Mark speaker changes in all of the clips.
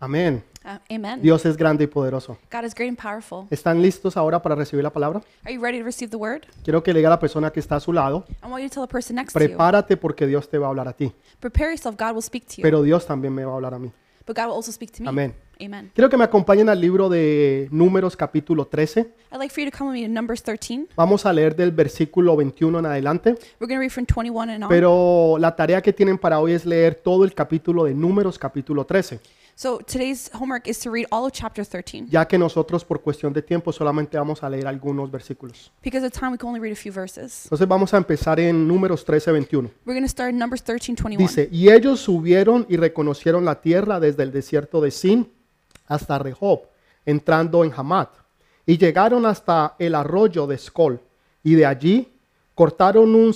Speaker 1: Amén.
Speaker 2: Uh, amen.
Speaker 1: Dios es grande y poderoso.
Speaker 2: God is great and powerful.
Speaker 1: ¿Están listos ahora para recibir la palabra?
Speaker 2: Are you ready to receive the word?
Speaker 1: Quiero que le diga a la persona que está a su lado,
Speaker 2: I want you to tell the person next to you.
Speaker 1: prepárate porque Dios te va a hablar a ti,
Speaker 2: Prepare yourself. God will speak to you.
Speaker 1: pero Dios también me va a hablar a mí.
Speaker 2: but God will also speak to me.
Speaker 1: Amén.
Speaker 2: Amen.
Speaker 1: Quiero que me acompañen al libro de Números capítulo 13.
Speaker 2: I'd like for you to come with me to Numbers 13.
Speaker 1: Vamos a leer del versículo 21 en adelante,
Speaker 2: We're going to read from 21 and on.
Speaker 1: pero la tarea que tienen para hoy es leer todo el capítulo de Números capítulo 13,
Speaker 2: so today's homework is to read all of chapter 13.
Speaker 1: ya que nosotros por cuestión de tiempo solamente vamos a leer algunos versículos.
Speaker 2: Because of time, we can only read a few verses.
Speaker 1: Entonces vamos a empezar en Números 13, 21.
Speaker 2: We're going to start in Numbers 13, 21.
Speaker 1: Dice, y ellos subieron y reconocieron la tierra desde el desierto de Sin hasta Rehob, entrando en Hamat, y llegaron hasta el arroyo de Escol, y de allí cortaron un,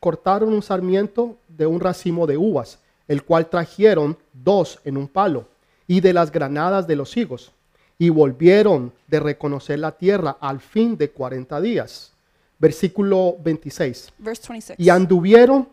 Speaker 1: cortaron un sarmiento de un racimo de uvas, el cual trajeron dos en un palo, y de las granadas de los higos, y volvieron de reconocer la tierra al fin de cuarenta días. Versículo 26
Speaker 2: Verse 26.
Speaker 1: y anduvieron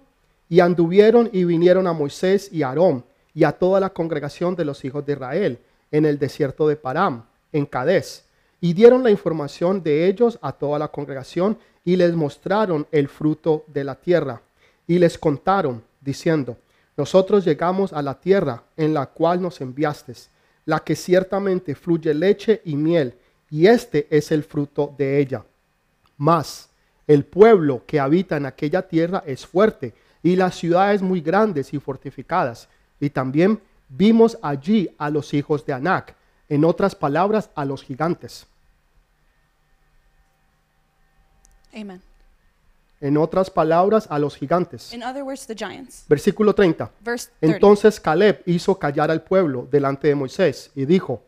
Speaker 1: y anduvieron y vinieron a Moisés y a Aarón y a toda la congregación de los hijos de Israel en el desierto de Param, en Cadés, y dieron la información de ellos a toda la congregación y les mostraron el fruto de la tierra y les contaron diciendo, nosotros llegamos a la tierra en la cual nos enviaste, la que ciertamente fluye leche y miel, y este es el fruto de ella. Mas el pueblo que habita en aquella tierra es fuerte y las ciudades muy grandes y fortificadas. Y también vimos allí a los hijos de Anac, en otras palabras, a los gigantes.
Speaker 2: Amen.
Speaker 1: En otras palabras, a los gigantes.
Speaker 2: In other words, the giants.
Speaker 1: Versículo 30.
Speaker 2: Verse 30.
Speaker 1: Entonces Caleb hizo callar al pueblo delante de Moisés y dijo,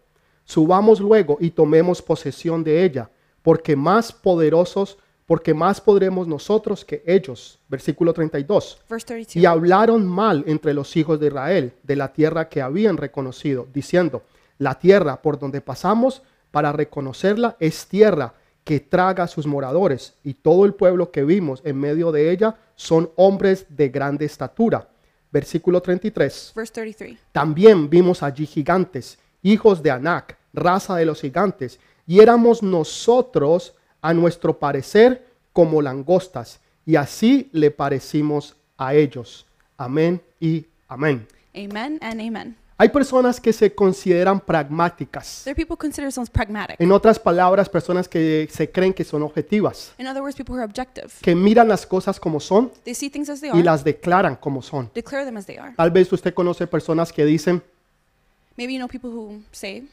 Speaker 1: subamos luego y tomemos posesión de ella, porque más poderosos, porque más podremos nosotros que ellos. Versículo 32.
Speaker 2: Verse 32.
Speaker 1: Y hablaron mal entre los hijos de Israel de la tierra que habían reconocido, diciendo, la tierra por donde pasamos para reconocerla es tierra que traga a sus moradores, y todo el pueblo que vimos en medio de ella son hombres de grande estatura. Versículo 33.
Speaker 2: Verse 33.
Speaker 1: También vimos allí gigantes, hijos de Anac, raza de los gigantes, y éramos nosotros, a nuestro parecer, como langostas, y así le parecimos a ellos. Amén y amén.
Speaker 2: Amen and amen.
Speaker 1: Hay personas que se consideran pragmáticas.
Speaker 2: There are people who consider themselves pragmatic.
Speaker 1: En otras palabras, personas que se creen que son objetivas,
Speaker 2: In other words, people who are objective.
Speaker 1: que miran las cosas como son
Speaker 2: They see things as they
Speaker 1: y
Speaker 2: are,
Speaker 1: las declaran como son.
Speaker 2: declare them as they are.
Speaker 1: Tal vez usted conoce personas que dicen,
Speaker 2: Maybe you know people who say,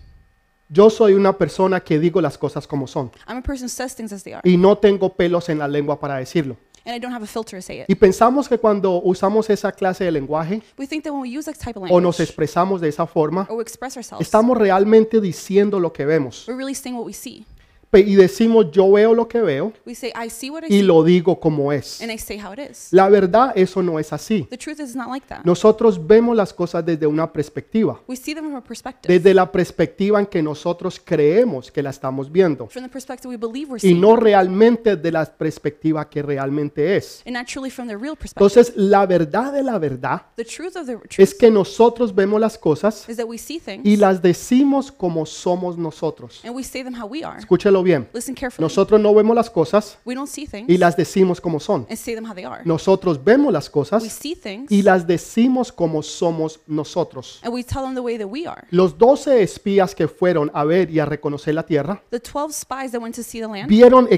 Speaker 1: yo soy una persona que digo las cosas como son.
Speaker 2: I'm a person who says things as they are,
Speaker 1: y no tengo pelos en la lengua para decirlo.
Speaker 2: and I don't have a filter to say it.
Speaker 1: Y pensamos que cuando usamos esa clase de lenguaje
Speaker 2: We think that when we use that type of
Speaker 1: o nos
Speaker 2: language,
Speaker 1: expresamos de esa forma,
Speaker 2: or we express ourselves,
Speaker 1: estamos realmente diciendo lo que vemos.
Speaker 2: we're really saying what we see.
Speaker 1: Pe- Y decimos yo veo lo que veo
Speaker 2: We say, I see what I
Speaker 1: y
Speaker 2: see,
Speaker 1: lo digo como es.
Speaker 2: and I say how it is.
Speaker 1: La verdad, eso no es así.
Speaker 2: The truth is not like that.
Speaker 1: Nosotros vemos las cosas desde una perspectiva,
Speaker 2: We see them from a perspective,
Speaker 1: desde la perspectiva en que nosotros creemos que la estamos viendo
Speaker 2: from the perspective we believe we're
Speaker 1: y
Speaker 2: seeing,
Speaker 1: no realmente de la perspectiva que realmente es.
Speaker 2: and naturally from the real perspective.
Speaker 1: Entonces, la verdad de la verdad
Speaker 2: The truth of the
Speaker 1: es
Speaker 2: truth
Speaker 1: que nosotros vemos las cosas
Speaker 2: is that we see
Speaker 1: y
Speaker 2: things,
Speaker 1: las decimos como somos nosotros.
Speaker 2: and we say them how we are.
Speaker 1: Escúchelo bien.
Speaker 2: Listen carefully.
Speaker 1: Nosotros no vemos las cosas
Speaker 2: We don't see
Speaker 1: y
Speaker 2: things
Speaker 1: las decimos como son.
Speaker 2: and say them how they are.
Speaker 1: Nosotros vemos las
Speaker 2: We
Speaker 1: cosas
Speaker 2: see things
Speaker 1: y las decimos como somos nosotros.
Speaker 2: and we tell them the way that we are.
Speaker 1: Los doce espías que fueron a ver y a reconocer la tierra
Speaker 2: The 12 spies that went to see the land
Speaker 1: vieron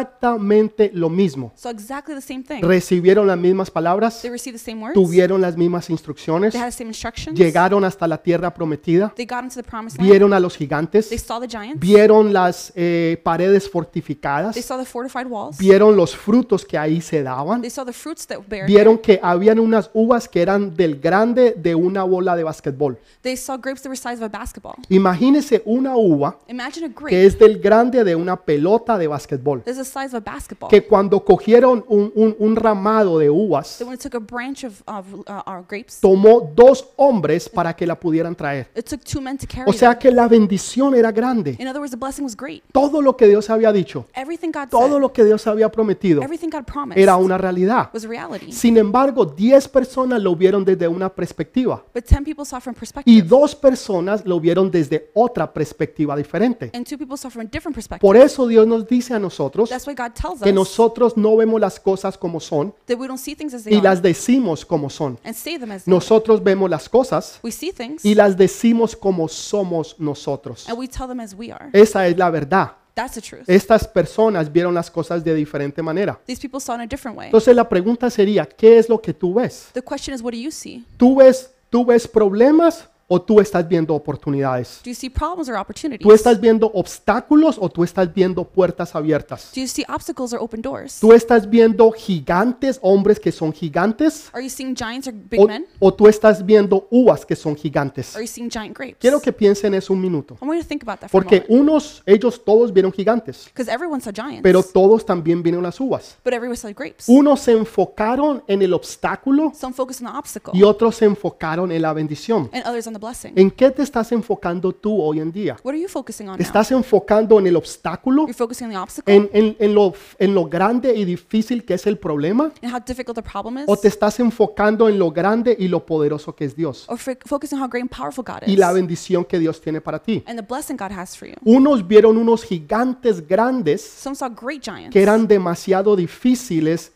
Speaker 1: exactamente lo mismo.
Speaker 2: saw exactly the same thing.
Speaker 1: Recibieron las mismas palabras,
Speaker 2: They received the same words. They
Speaker 1: tuvieron las mismas instrucciones,
Speaker 2: had the same instructions.
Speaker 1: llegaron hasta la tierra prometida,
Speaker 2: They got into the promised land.
Speaker 1: vieron a los gigantes,
Speaker 2: They saw the giants.
Speaker 1: vieron las eh, paredes
Speaker 2: They
Speaker 1: fortificadas,
Speaker 2: saw the fortified walls.
Speaker 1: vieron los frutos que ahí se daban,
Speaker 2: They saw the fruits that bear.
Speaker 1: vieron que habían unas uvas que eran del grande de una bola de basquetbol.
Speaker 2: They saw grapes that were size of a basketball.
Speaker 1: Imagínese una uva
Speaker 2: Imagine a
Speaker 1: que
Speaker 2: grape
Speaker 1: es del grande de una pelota de basquetbol,
Speaker 2: that's the size of a basketball.
Speaker 1: que cuando cogieron un, un- un ramado de uvas,
Speaker 2: So when it took a branch of, of uh, our grapes,
Speaker 1: tomó dos hombres para que la pudieran traer.
Speaker 2: it took two men to carry
Speaker 1: O
Speaker 2: it.
Speaker 1: sea que la bendición era grande.
Speaker 2: In other words, the blessing was great.
Speaker 1: Todo todo lo que Dios había dicho,
Speaker 2: Everything God
Speaker 1: todo
Speaker 2: said,
Speaker 1: lo que Dios había prometido,
Speaker 2: everything God promised
Speaker 1: era una realidad.
Speaker 2: was reality.
Speaker 1: Sin embargo, 10 personas lo vieron desde una perspectiva
Speaker 2: But 10 people saw from
Speaker 1: y
Speaker 2: perspective,
Speaker 1: dos personas lo vieron desde otra perspectiva diferente.
Speaker 2: and two people saw from a different perspective.
Speaker 1: Por eso Dios nos dice a nosotros
Speaker 2: That's why God tells
Speaker 1: que
Speaker 2: us
Speaker 1: nosotros no vemos las cosas como son
Speaker 2: that we don't see things as they
Speaker 1: y
Speaker 2: are
Speaker 1: las decimos como son.
Speaker 2: and say them as they are.
Speaker 1: Nosotros vemos las cosas
Speaker 2: We see things
Speaker 1: y las decimos como somos nosotros.
Speaker 2: and we tell them as we are.
Speaker 1: Esa es la verdad.
Speaker 2: That's the truth.
Speaker 1: Estas personas vieron las cosas de diferente manera.
Speaker 2: These people saw in a different way.
Speaker 1: Entonces la pregunta sería, ¿qué es lo que tú ves?
Speaker 2: The question is, what do you see?
Speaker 1: ¿Tú ves, tú ves problemas o tú estás viendo oportunidades?
Speaker 2: Do you see problems or opportunities?
Speaker 1: ¿Tú estás viendo obstáculos o tú estás viendo puertas abiertas?
Speaker 2: Do you see obstacles or open doors?
Speaker 1: ¿Tú estás viendo gigantes, hombres que son gigantes?
Speaker 2: Are you seeing giants or big
Speaker 1: O,
Speaker 2: men?
Speaker 1: o tú estás viendo uvas que son gigantes?
Speaker 2: Are you seeing giant grapes?
Speaker 1: Quiero que piensen eso un minuto.
Speaker 2: I want you to think about that for a
Speaker 1: Porque
Speaker 2: moment.
Speaker 1: unos, ellos todos vieron gigantes,
Speaker 2: Because everyone saw giants,
Speaker 1: pero todos también vieron las uvas.
Speaker 2: but everyone saw grapes.
Speaker 1: Unos se enfocaron en el obstáculo
Speaker 2: Some focus on the obstacle,
Speaker 1: y otros se enfocaron en la bendición.
Speaker 2: and others on the blessing.
Speaker 1: ¿En qué te estás enfocando tú hoy en día?
Speaker 2: What are you focusing on
Speaker 1: ¿Te
Speaker 2: now?
Speaker 1: estás enfocando en el obstáculo?
Speaker 2: You're focusing on the obstacle
Speaker 1: ¿En, en- en lo, en lo grande y difícil que es el problema?
Speaker 2: and how difficult the problem is,
Speaker 1: ¿O te estás enfocando en lo grande y lo poderoso que es Dios?
Speaker 2: or fo- focusing on how great and powerful God
Speaker 1: Y
Speaker 2: is,
Speaker 1: la bendición que Dios tiene para ti.
Speaker 2: and the blessing God has for you.
Speaker 1: Unos vieron unos gigantes grandes
Speaker 2: Some saw great giants.
Speaker 1: que eran demasiado difíciles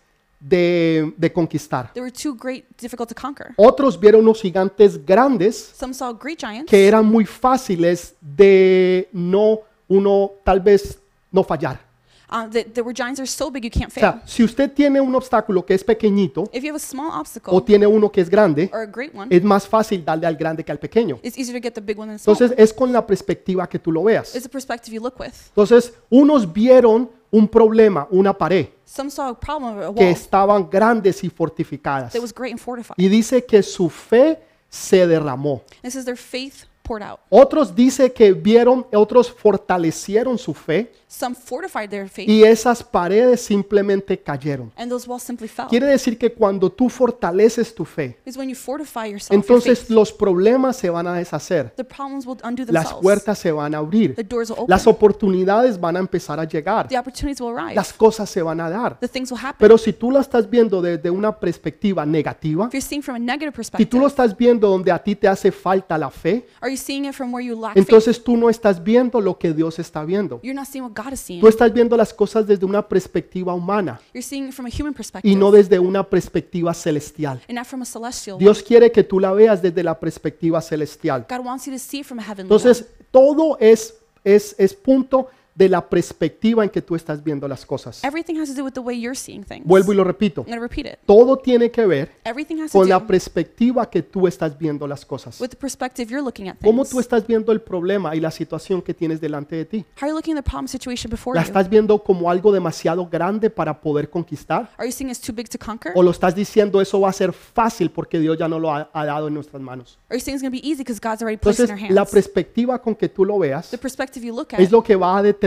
Speaker 1: de, de conquistar.
Speaker 2: They were too great, difficult to conquer.
Speaker 1: Otros vieron unos gigantes grandes
Speaker 2: Some saw great giants
Speaker 1: que eran muy fáciles de no uno tal vez no fallar.
Speaker 2: uh, that, that were giants are so big you can't
Speaker 1: O
Speaker 2: fail.
Speaker 1: sea, si usted tiene un obstáculo que es pequeñito
Speaker 2: If you have a small
Speaker 1: o
Speaker 2: obstacle
Speaker 1: tiene uno que es grande,
Speaker 2: or a great one,
Speaker 1: es más fácil darle al grande que al pequeño.
Speaker 2: it's easier to get the big one than the small.
Speaker 1: Entonces es con la perspectiva que tú lo veas.
Speaker 2: It's the perspective you look with.
Speaker 1: Entonces unos vieron un problema, una pared,
Speaker 2: Some saw a problem or a
Speaker 1: que
Speaker 2: wall
Speaker 1: estaban grandes y fortificadas.
Speaker 2: that was great and fortified.
Speaker 1: Y dice que su fe se derramó.
Speaker 2: This is their faith poured out.
Speaker 1: Otros dice que vieron, otros fortalecieron su fe
Speaker 2: Some fortified their faith,
Speaker 1: y esas paredes simplemente cayeron.
Speaker 2: and those walls simply fell.
Speaker 1: Quiere decir que cuando tú fortaleces tu fe,
Speaker 2: Is when you fortify yourself, your
Speaker 1: entonces
Speaker 2: faith,
Speaker 1: los problemas se van a deshacer,
Speaker 2: the problems will undo
Speaker 1: las
Speaker 2: themselves.
Speaker 1: puertas se van a
Speaker 2: The
Speaker 1: abrir,
Speaker 2: doors will open.
Speaker 1: las oportunidades van a empezar a llegar,
Speaker 2: The opportunities will
Speaker 1: las
Speaker 2: arise.
Speaker 1: cosas se van a dar.
Speaker 2: The things will happen.
Speaker 1: Pero si tú la estás viendo desde una perspectiva negativa,
Speaker 2: If you're seeing from a negative
Speaker 1: si tú lo
Speaker 2: perspective,
Speaker 1: estás viendo donde a ti te hace falta la fe,
Speaker 2: are you seeing it from where you lack faith?
Speaker 1: entonces tú no estás viendo lo que Dios está viendo.
Speaker 2: You're not seeing what God is seeing.
Speaker 1: Tú estás viendo las cosas desde una perspectiva humana
Speaker 2: You're seeing it from a human
Speaker 1: y
Speaker 2: perspective
Speaker 1: no desde una perspectiva celestial.
Speaker 2: and not from a celestial one.
Speaker 1: Dios quiere que tú la veas desde la perspectiva celestial.
Speaker 2: God wants you to see it from a heavenly one.
Speaker 1: Entonces, todo es, es, es punto de la perspectiva en que tú estás viendo las cosas.
Speaker 2: Everything has to do with the way you're seeing things.
Speaker 1: Vuelvo y lo repito.
Speaker 2: I'm going to repeat it.
Speaker 1: Todo tiene que ver
Speaker 2: Everything has to
Speaker 1: con
Speaker 2: do
Speaker 1: la perspectiva que tú estás viendo las cosas.
Speaker 2: with the perspective you're looking at
Speaker 1: ¿Cómo tú
Speaker 2: things.
Speaker 1: estás viendo el problema y la situación que tienes delante de ti?
Speaker 2: How are you looking at the problem situation before
Speaker 1: ¿La
Speaker 2: you?
Speaker 1: estás viendo como algo demasiado grande para poder conquistar?
Speaker 2: Are you seeing it's too big to conquer?
Speaker 1: ¿O lo estás diciendo eso va a ser fácil porque Dios ya no lo ha, ha dado en nuestras manos?
Speaker 2: Are you seeing it's going to be easy because God's already placed it in
Speaker 1: Entonces,
Speaker 2: our
Speaker 1: la
Speaker 2: hands?
Speaker 1: perspectiva con que tú lo veas
Speaker 2: The perspective you look
Speaker 1: es
Speaker 2: at
Speaker 1: lo que va a determinar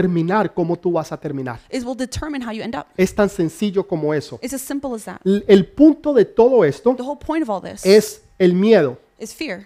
Speaker 1: cómo tú vas a terminar.
Speaker 2: is will determine how you end up.
Speaker 1: Es tan sencillo como eso.
Speaker 2: It's as simple as that.
Speaker 1: L- El punto de todo esto
Speaker 2: The whole point of all this
Speaker 1: es el miedo.
Speaker 2: is fear.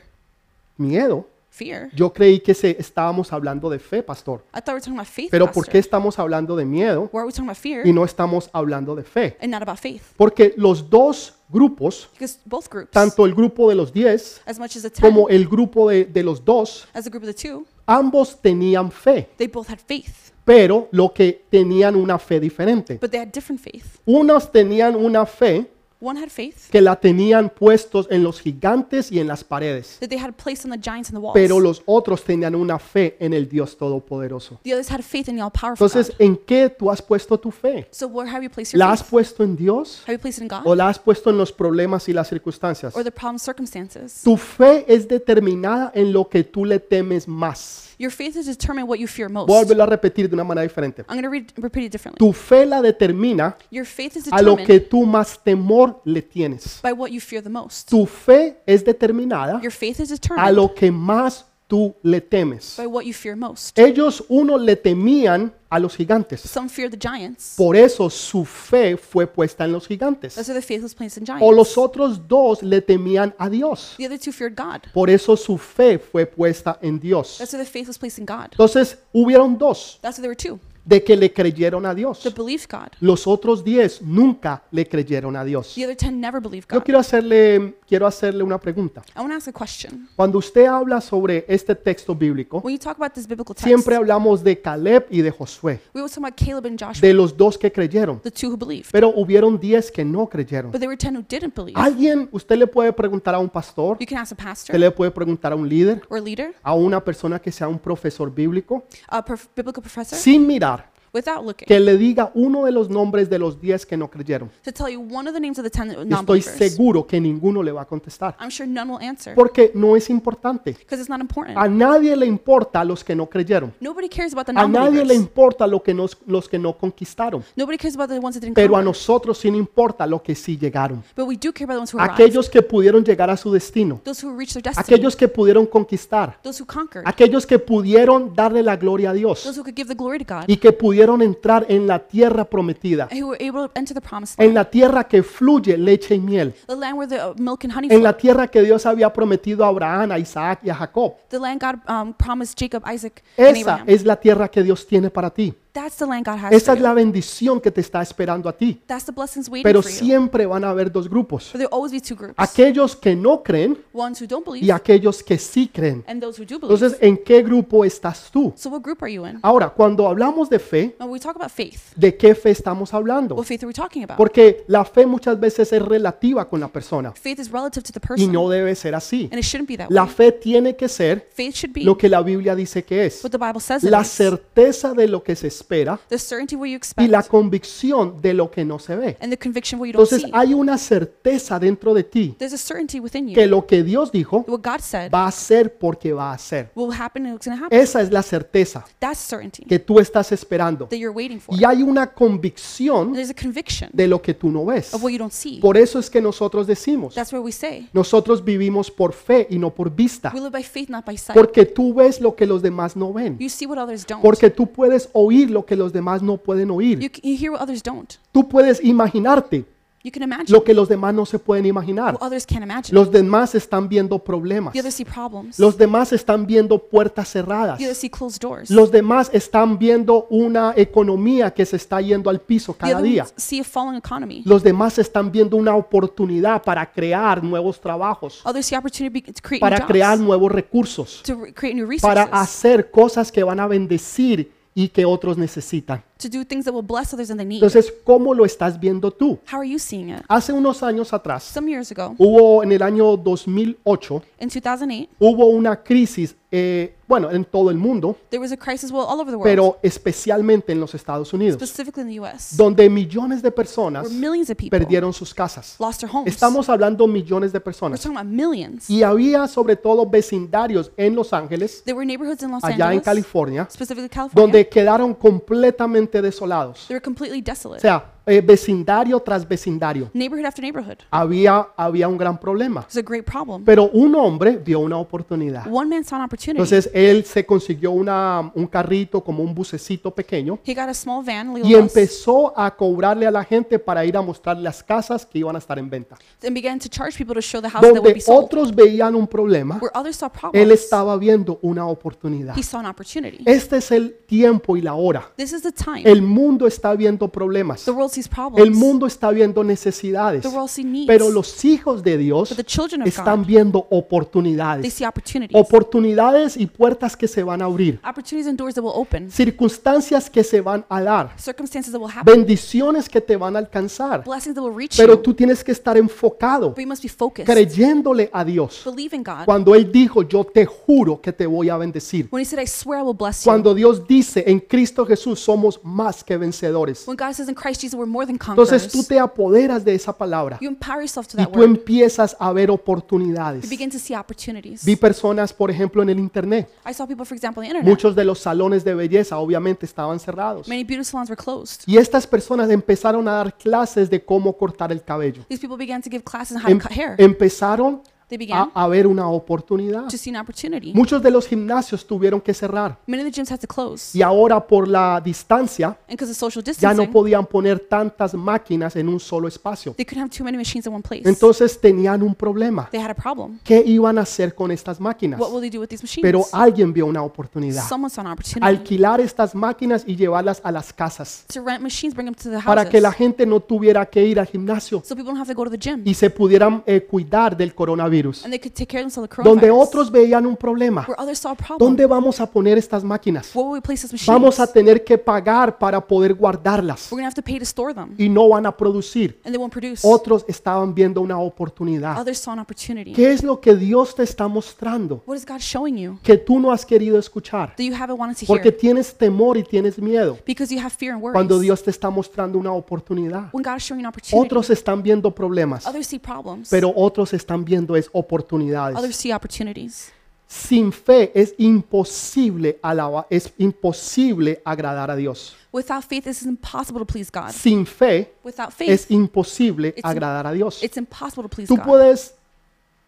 Speaker 1: Miedo.
Speaker 2: Fear.
Speaker 1: Yo creí que se, estábamos hablando de fe, pastor.
Speaker 2: I thought we were talking about faith.
Speaker 1: Pero ¿por
Speaker 2: Pastor.
Speaker 1: qué estamos hablando de miedo
Speaker 2: Why are we talking about fear
Speaker 1: y no estamos hablando de fe?
Speaker 2: and not about faith?
Speaker 1: Porque los dos grupos,
Speaker 2: Because both groups,
Speaker 1: tanto el grupo de los 10
Speaker 2: as much as the 10,
Speaker 1: como el grupo de, de los dos,
Speaker 2: as the group of the two,
Speaker 1: ambos tenían fe,
Speaker 2: they both had faith,
Speaker 1: pero lo que tenían una fe diferente.
Speaker 2: but they had different faith.
Speaker 1: Unos tenían una fe
Speaker 2: One had faith
Speaker 1: que la tenían puestos en los gigantes y en las paredes.
Speaker 2: that they had placed on the giants and the walls.
Speaker 1: pero los otros tenían una fe en el Dios Todopoderoso.
Speaker 2: the others had faith in the all-powerful
Speaker 1: Entonces,
Speaker 2: God.
Speaker 1: ¿en qué tú has puesto tu fe?
Speaker 2: So where have you placed your
Speaker 1: ¿La has
Speaker 2: faith?
Speaker 1: puesto en Dios
Speaker 2: Have you placed it in God
Speaker 1: o la has puesto en los problemas y las circunstancias?
Speaker 2: or the problem circumstances?
Speaker 1: Tu fe es determinada en lo que tú le temes más.
Speaker 2: Your faith is determined what you fear most.
Speaker 1: Voy a volverlo a repetir de una manera diferente.
Speaker 2: I'm going to read, repeat it differently.
Speaker 1: Tu fe la determina
Speaker 2: Your faith is
Speaker 1: a lo
Speaker 2: determined
Speaker 1: que tú más temor le tienes.
Speaker 2: by what you fear the most.
Speaker 1: Tu fe es determinada
Speaker 2: Your faith is
Speaker 1: a
Speaker 2: determined
Speaker 1: lo que más tú le temes.
Speaker 2: by what you fear most.
Speaker 1: Ellos, uno, le temían a los gigantes.
Speaker 2: Some fear the giants.
Speaker 1: Por eso su fe fue puesta en los
Speaker 2: That's
Speaker 1: gigantes.
Speaker 2: why their faith was placed in
Speaker 1: O los
Speaker 2: giants.
Speaker 1: otros dos le temían a Dios.
Speaker 2: The other two feared God.
Speaker 1: Por eso su fe fue puesta en Dios.
Speaker 2: That's why their faith was placed in God.
Speaker 1: Entonces hubieron dos.
Speaker 2: That's why there were two.
Speaker 1: de que le creyeron a Dios.
Speaker 2: that believed God.
Speaker 1: Los otros diez nunca le creyeron a Dios.
Speaker 2: The other 10 never believed
Speaker 1: Yo
Speaker 2: God.
Speaker 1: quiero hacerle, quiero hacerle una pregunta.
Speaker 2: I want to ask a question.
Speaker 1: Cuando usted habla sobre este texto bíblico,
Speaker 2: When you talk about this biblical text,
Speaker 1: siempre hablamos de Caleb y de Josué,
Speaker 2: we always talk about Caleb and Joshua,
Speaker 1: de los dos que creyeron,
Speaker 2: the two who believed.
Speaker 1: pero hubieron diez que no creyeron.
Speaker 2: But there were 10 who didn't believe.
Speaker 1: Alguien, usted le puede preguntar a un pastor,
Speaker 2: You can ask a
Speaker 1: usted
Speaker 2: pastor
Speaker 1: le puede preguntar a un líder,
Speaker 2: or leader,
Speaker 1: a una persona que sea un profesor bíblico,
Speaker 2: a prof- biblical professor,
Speaker 1: sin mirar,
Speaker 2: without looking,
Speaker 1: que le diga uno de los nombres de los diez que no creyeron.
Speaker 2: to tell you one of the names of the 10
Speaker 1: Y Estoy
Speaker 2: non-believers.
Speaker 1: seguro que ninguno le va a contestar,
Speaker 2: I'm sure none will answer
Speaker 1: porque no es importante.
Speaker 2: because it's not important.
Speaker 1: A nadie le importa a los que no creyeron.
Speaker 2: Nobody cares about the
Speaker 1: A nadie le
Speaker 2: non-believers.
Speaker 1: importa lo que nos- los que no conquistaron,
Speaker 2: Nobody cares about the ones that didn't
Speaker 1: pero a
Speaker 2: come.
Speaker 1: nosotros sí nos importa lo que sí llegaron.
Speaker 2: But we do care about the ones who arrived,
Speaker 1: Aquellos que pudieron llegar a su destino,
Speaker 2: those who reached their destiny,
Speaker 1: aquellos que pudieron conquistar,
Speaker 2: those who conquered,
Speaker 1: aquellos que pudieron darle la gloria a
Speaker 2: those
Speaker 1: Dios
Speaker 2: who could give the glory to God,
Speaker 1: y que pudieron entrar en la tierra prometida,
Speaker 2: and who were able to enter the promised
Speaker 1: en
Speaker 2: land,
Speaker 1: la tierra que fluye leche y miel,
Speaker 2: the land where the uh, milk and honey
Speaker 1: en
Speaker 2: flow,
Speaker 1: la tierra que Dios había prometido a Abraham, a Isaac y a Jacob.
Speaker 2: the land God um, promised Jacob, Isaac, and
Speaker 1: Esa
Speaker 2: Abraham.
Speaker 1: es la tierra que Dios tiene para ti.
Speaker 2: That's the land God has
Speaker 1: Esa
Speaker 2: for
Speaker 1: es
Speaker 2: you.
Speaker 1: la bendición que te está esperando a ti.
Speaker 2: That's the blessings waiting
Speaker 1: Pero
Speaker 2: for you.
Speaker 1: siempre van a haber dos grupos.
Speaker 2: But there'll always be two groups,
Speaker 1: Aquellos que no creen
Speaker 2: ones who don't believe
Speaker 1: y aquellos que sí creen.
Speaker 2: and those who do believe.
Speaker 1: Entonces, ¿en qué grupo estás tú?
Speaker 2: So what group are you in?
Speaker 1: Ahora, cuando hablamos de fe,
Speaker 2: When we talk about faith,
Speaker 1: ¿de qué fe estamos hablando?
Speaker 2: what faith are we talking about?
Speaker 1: Porque la fe muchas veces es relativa con la persona
Speaker 2: Faith is relative to the
Speaker 1: y
Speaker 2: person,
Speaker 1: no debe ser así.
Speaker 2: and it shouldn't be that
Speaker 1: La
Speaker 2: way.
Speaker 1: fe tiene que ser
Speaker 2: Faith should be
Speaker 1: lo que la Biblia dice que es.
Speaker 2: what the Bible says it
Speaker 1: La
Speaker 2: is.
Speaker 1: certeza de lo que se espera
Speaker 2: the certainty where you
Speaker 1: y
Speaker 2: expect
Speaker 1: la convicción de lo que no se ve.
Speaker 2: and the conviction where you don't
Speaker 1: Entonces
Speaker 2: see.
Speaker 1: hay una certeza dentro de ti
Speaker 2: There's a certainty within you
Speaker 1: que lo que Dios dijo
Speaker 2: that what God said
Speaker 1: va a ser porque va a ser.
Speaker 2: will happen and it's going to happen.
Speaker 1: Esa es la certeza
Speaker 2: That's certainty
Speaker 1: que tú estás esperando.
Speaker 2: that you're waiting for.
Speaker 1: Y hay una
Speaker 2: And
Speaker 1: convicción
Speaker 2: there's a conviction
Speaker 1: de lo que tú no ves.
Speaker 2: of what you don't see.
Speaker 1: Por eso es que nosotros decimos,
Speaker 2: That's where we say
Speaker 1: nosotros vivimos por fe y no por vista.
Speaker 2: we live by faith, not by sight.
Speaker 1: Porque tú ves lo que los demás no ven.
Speaker 2: You see what others don't.
Speaker 1: Porque tú puedes oír lo que los demás no pueden oír.
Speaker 2: You, c- you hear what others don't.
Speaker 1: Tú puedes imaginarte
Speaker 2: You can imagine
Speaker 1: lo que los demás no se pueden imaginar.
Speaker 2: what others can't imagine.
Speaker 1: Los demás están viendo problemas.
Speaker 2: The others see problems.
Speaker 1: Los demás están viendo puertas cerradas.
Speaker 2: The others see closed doors. The
Speaker 1: Los demás están viendo una economía que se está yendo al piso cada
Speaker 2: other
Speaker 1: día.
Speaker 2: ones see a falling economy.
Speaker 1: Los demás están viendo una oportunidad para crear nuevos trabajos,
Speaker 2: Others see opportunity to create new
Speaker 1: para crear
Speaker 2: Oh, jobs,
Speaker 1: nuevos recursos,
Speaker 2: to re- create new
Speaker 1: para
Speaker 2: resources,
Speaker 1: hacer cosas que van a bendecir y que otros necesitan.
Speaker 2: to do things that will bless others and they need.
Speaker 1: Entonces, ¿cómo lo estás viendo tú?
Speaker 2: How are you seeing it?
Speaker 1: Hace unos años atrás,
Speaker 2: Some years ago,
Speaker 1: hubo en el año 2008,
Speaker 2: in 2008,
Speaker 1: hubo una crisis, eh, bueno, en todo el mundo,
Speaker 2: there was a crisis well all over the world,
Speaker 1: pero especialmente en los Estados Unidos,
Speaker 2: specifically in the U.S.,
Speaker 1: donde millones de personas
Speaker 2: where millions of people
Speaker 1: perdieron sus casas.
Speaker 2: lost their homes.
Speaker 1: Estamos hablando millones de
Speaker 2: We're
Speaker 1: personas.
Speaker 2: talking about millions.
Speaker 1: Y había sobre todo vecindarios en Los Ángeles,
Speaker 2: There were neighborhoods in Los
Speaker 1: allá en
Speaker 2: Angeles,
Speaker 1: California,
Speaker 2: specifically California,
Speaker 1: donde quedaron completamente desolados.
Speaker 2: they were completely
Speaker 1: O
Speaker 2: desolate,
Speaker 1: sea, eh, vecindario tras vecindario.
Speaker 2: neighborhood after neighborhood. It
Speaker 1: Había, había un gran problema.
Speaker 2: was a great problem.
Speaker 1: Pero un hombre vio una oportunidad.
Speaker 2: One man saw an opportunity.
Speaker 1: Entonces él se consiguió una, un carrito, como un bucecito pequeño,
Speaker 2: he got a small van, a
Speaker 1: y
Speaker 2: little bus,
Speaker 1: empezó a cobrarle a la gente para ir a mostrar las casas que iban a estar en venta.
Speaker 2: and began to charge people to show the house that would
Speaker 1: Donde
Speaker 2: be sold.
Speaker 1: otros veían un problema,
Speaker 2: Where others saw
Speaker 1: él
Speaker 2: problems,
Speaker 1: estaba viendo una oportunidad.
Speaker 2: he saw an opportunity.
Speaker 1: Este es el tiempo y la hora.
Speaker 2: This is the time.
Speaker 1: El mundo está viendo problemas.
Speaker 2: The world sees problems.
Speaker 1: El mundo está viendo necesidades.
Speaker 2: the world sees needs.
Speaker 1: Pero los hijos de Dios
Speaker 2: but the children of
Speaker 1: están
Speaker 2: God,
Speaker 1: viendo
Speaker 2: they
Speaker 1: oportunidades.
Speaker 2: see opportunities.
Speaker 1: Oportunidades y puertas que se van a abrir.
Speaker 2: opportunities and doors that will open.
Speaker 1: Circunstancias que se van a dar.
Speaker 2: Circumstances that will happen.
Speaker 1: Bendiciones que te van a alcanzar.
Speaker 2: Blessings that will reach
Speaker 1: Pero
Speaker 2: you.
Speaker 1: tú tienes que estar enfocado,
Speaker 2: But you must be focused.
Speaker 1: creyéndole a Dios.
Speaker 2: Believe in God.
Speaker 1: Cuando Él dijo, yo te juro que te voy a bendecir.
Speaker 2: When he said, I swear I will bless you.
Speaker 1: Cuando Dios dice, en Cristo Jesús somos más que vencedores.
Speaker 2: When God says in Christ Jesus we're more than
Speaker 1: Entonces tú
Speaker 2: conquerors.
Speaker 1: te apoderas de esa palabra
Speaker 2: You empower yourself to
Speaker 1: y
Speaker 2: that
Speaker 1: tú
Speaker 2: word.
Speaker 1: empiezas a ver
Speaker 2: You
Speaker 1: oportunidades.
Speaker 2: begin to see opportunities.
Speaker 1: Vi personas, por ejemplo, en el Internet.
Speaker 2: I saw people, for example, on the internet.
Speaker 1: Muchos de los salones de belleza obviamente estaban cerrados.
Speaker 2: Many beauty salons were closed.
Speaker 1: Y estas personas empezaron a dar clases de cómo cortar el cabello.
Speaker 2: These people began to give classes on how
Speaker 1: Em-
Speaker 2: to cut hair.
Speaker 1: empezaron
Speaker 2: They began
Speaker 1: a, a ver una oportunidad.
Speaker 2: to see an opportunity.
Speaker 1: Muchos de los gimnasios tuvieron que cerrar
Speaker 2: Many of the gyms had to close.
Speaker 1: y ahora por la distancia
Speaker 2: And because of social
Speaker 1: ya no
Speaker 2: distancing,
Speaker 1: podían poner tantas máquinas en un solo espacio.
Speaker 2: they couldn't have too many machines in one place.
Speaker 1: Entonces tenían un problema.
Speaker 2: they had a problem.
Speaker 1: ¿Qué iban a hacer con estas máquinas?
Speaker 2: What will they do with these machines?
Speaker 1: Pero alguien vio una oportunidad.
Speaker 2: Someone saw an opportunity
Speaker 1: Alquilar estas máquinas y llevarlas a las casas
Speaker 2: to rent machines, bring them to the houses,
Speaker 1: para que la gente no tuviera que ir al gimnasio
Speaker 2: so people don't have to go to the gym,
Speaker 1: y se pudieran eh, cuidar del coronavirus.
Speaker 2: and they could take care of themselves. The
Speaker 1: Donde
Speaker 2: coronavirus.
Speaker 1: otros veían un problema.
Speaker 2: where others saw a problem.
Speaker 1: ¿Dónde vamos a poner estas máquinas?
Speaker 2: Where will we place these machines?
Speaker 1: Vamos a tener que pagar para poder guardarlas
Speaker 2: We're gonna have to pay to store them,
Speaker 1: y no van a producir.
Speaker 2: and they won't produce.
Speaker 1: Otros estaban viendo una oportunidad.
Speaker 2: Others saw an opportunity.
Speaker 1: ¿Qué es lo que Dios te está mostrando
Speaker 2: What is God showing you
Speaker 1: que tú no has querido escuchar?
Speaker 2: that you haven't wanted to
Speaker 1: Porque
Speaker 2: hear?
Speaker 1: tienes temor y tienes miedo.
Speaker 2: Because you have fear and worries.
Speaker 1: Cuando Dios te está mostrando una oportunidad.
Speaker 2: when God is showing an opportunity,
Speaker 1: Otros están viendo problemas,
Speaker 2: others see problems.
Speaker 1: pero otros están viendo es oportunidades.
Speaker 2: others see opportunities.
Speaker 1: Sin fe es imposible alaba- es imposible agradar a Dios.
Speaker 2: Without faith, it's impossible to please God.
Speaker 1: Sin fe
Speaker 2: Without faith,
Speaker 1: es imposible
Speaker 2: It's-
Speaker 1: agradar a Dios.
Speaker 2: it's impossible to please
Speaker 1: Tú
Speaker 2: God.
Speaker 1: puedes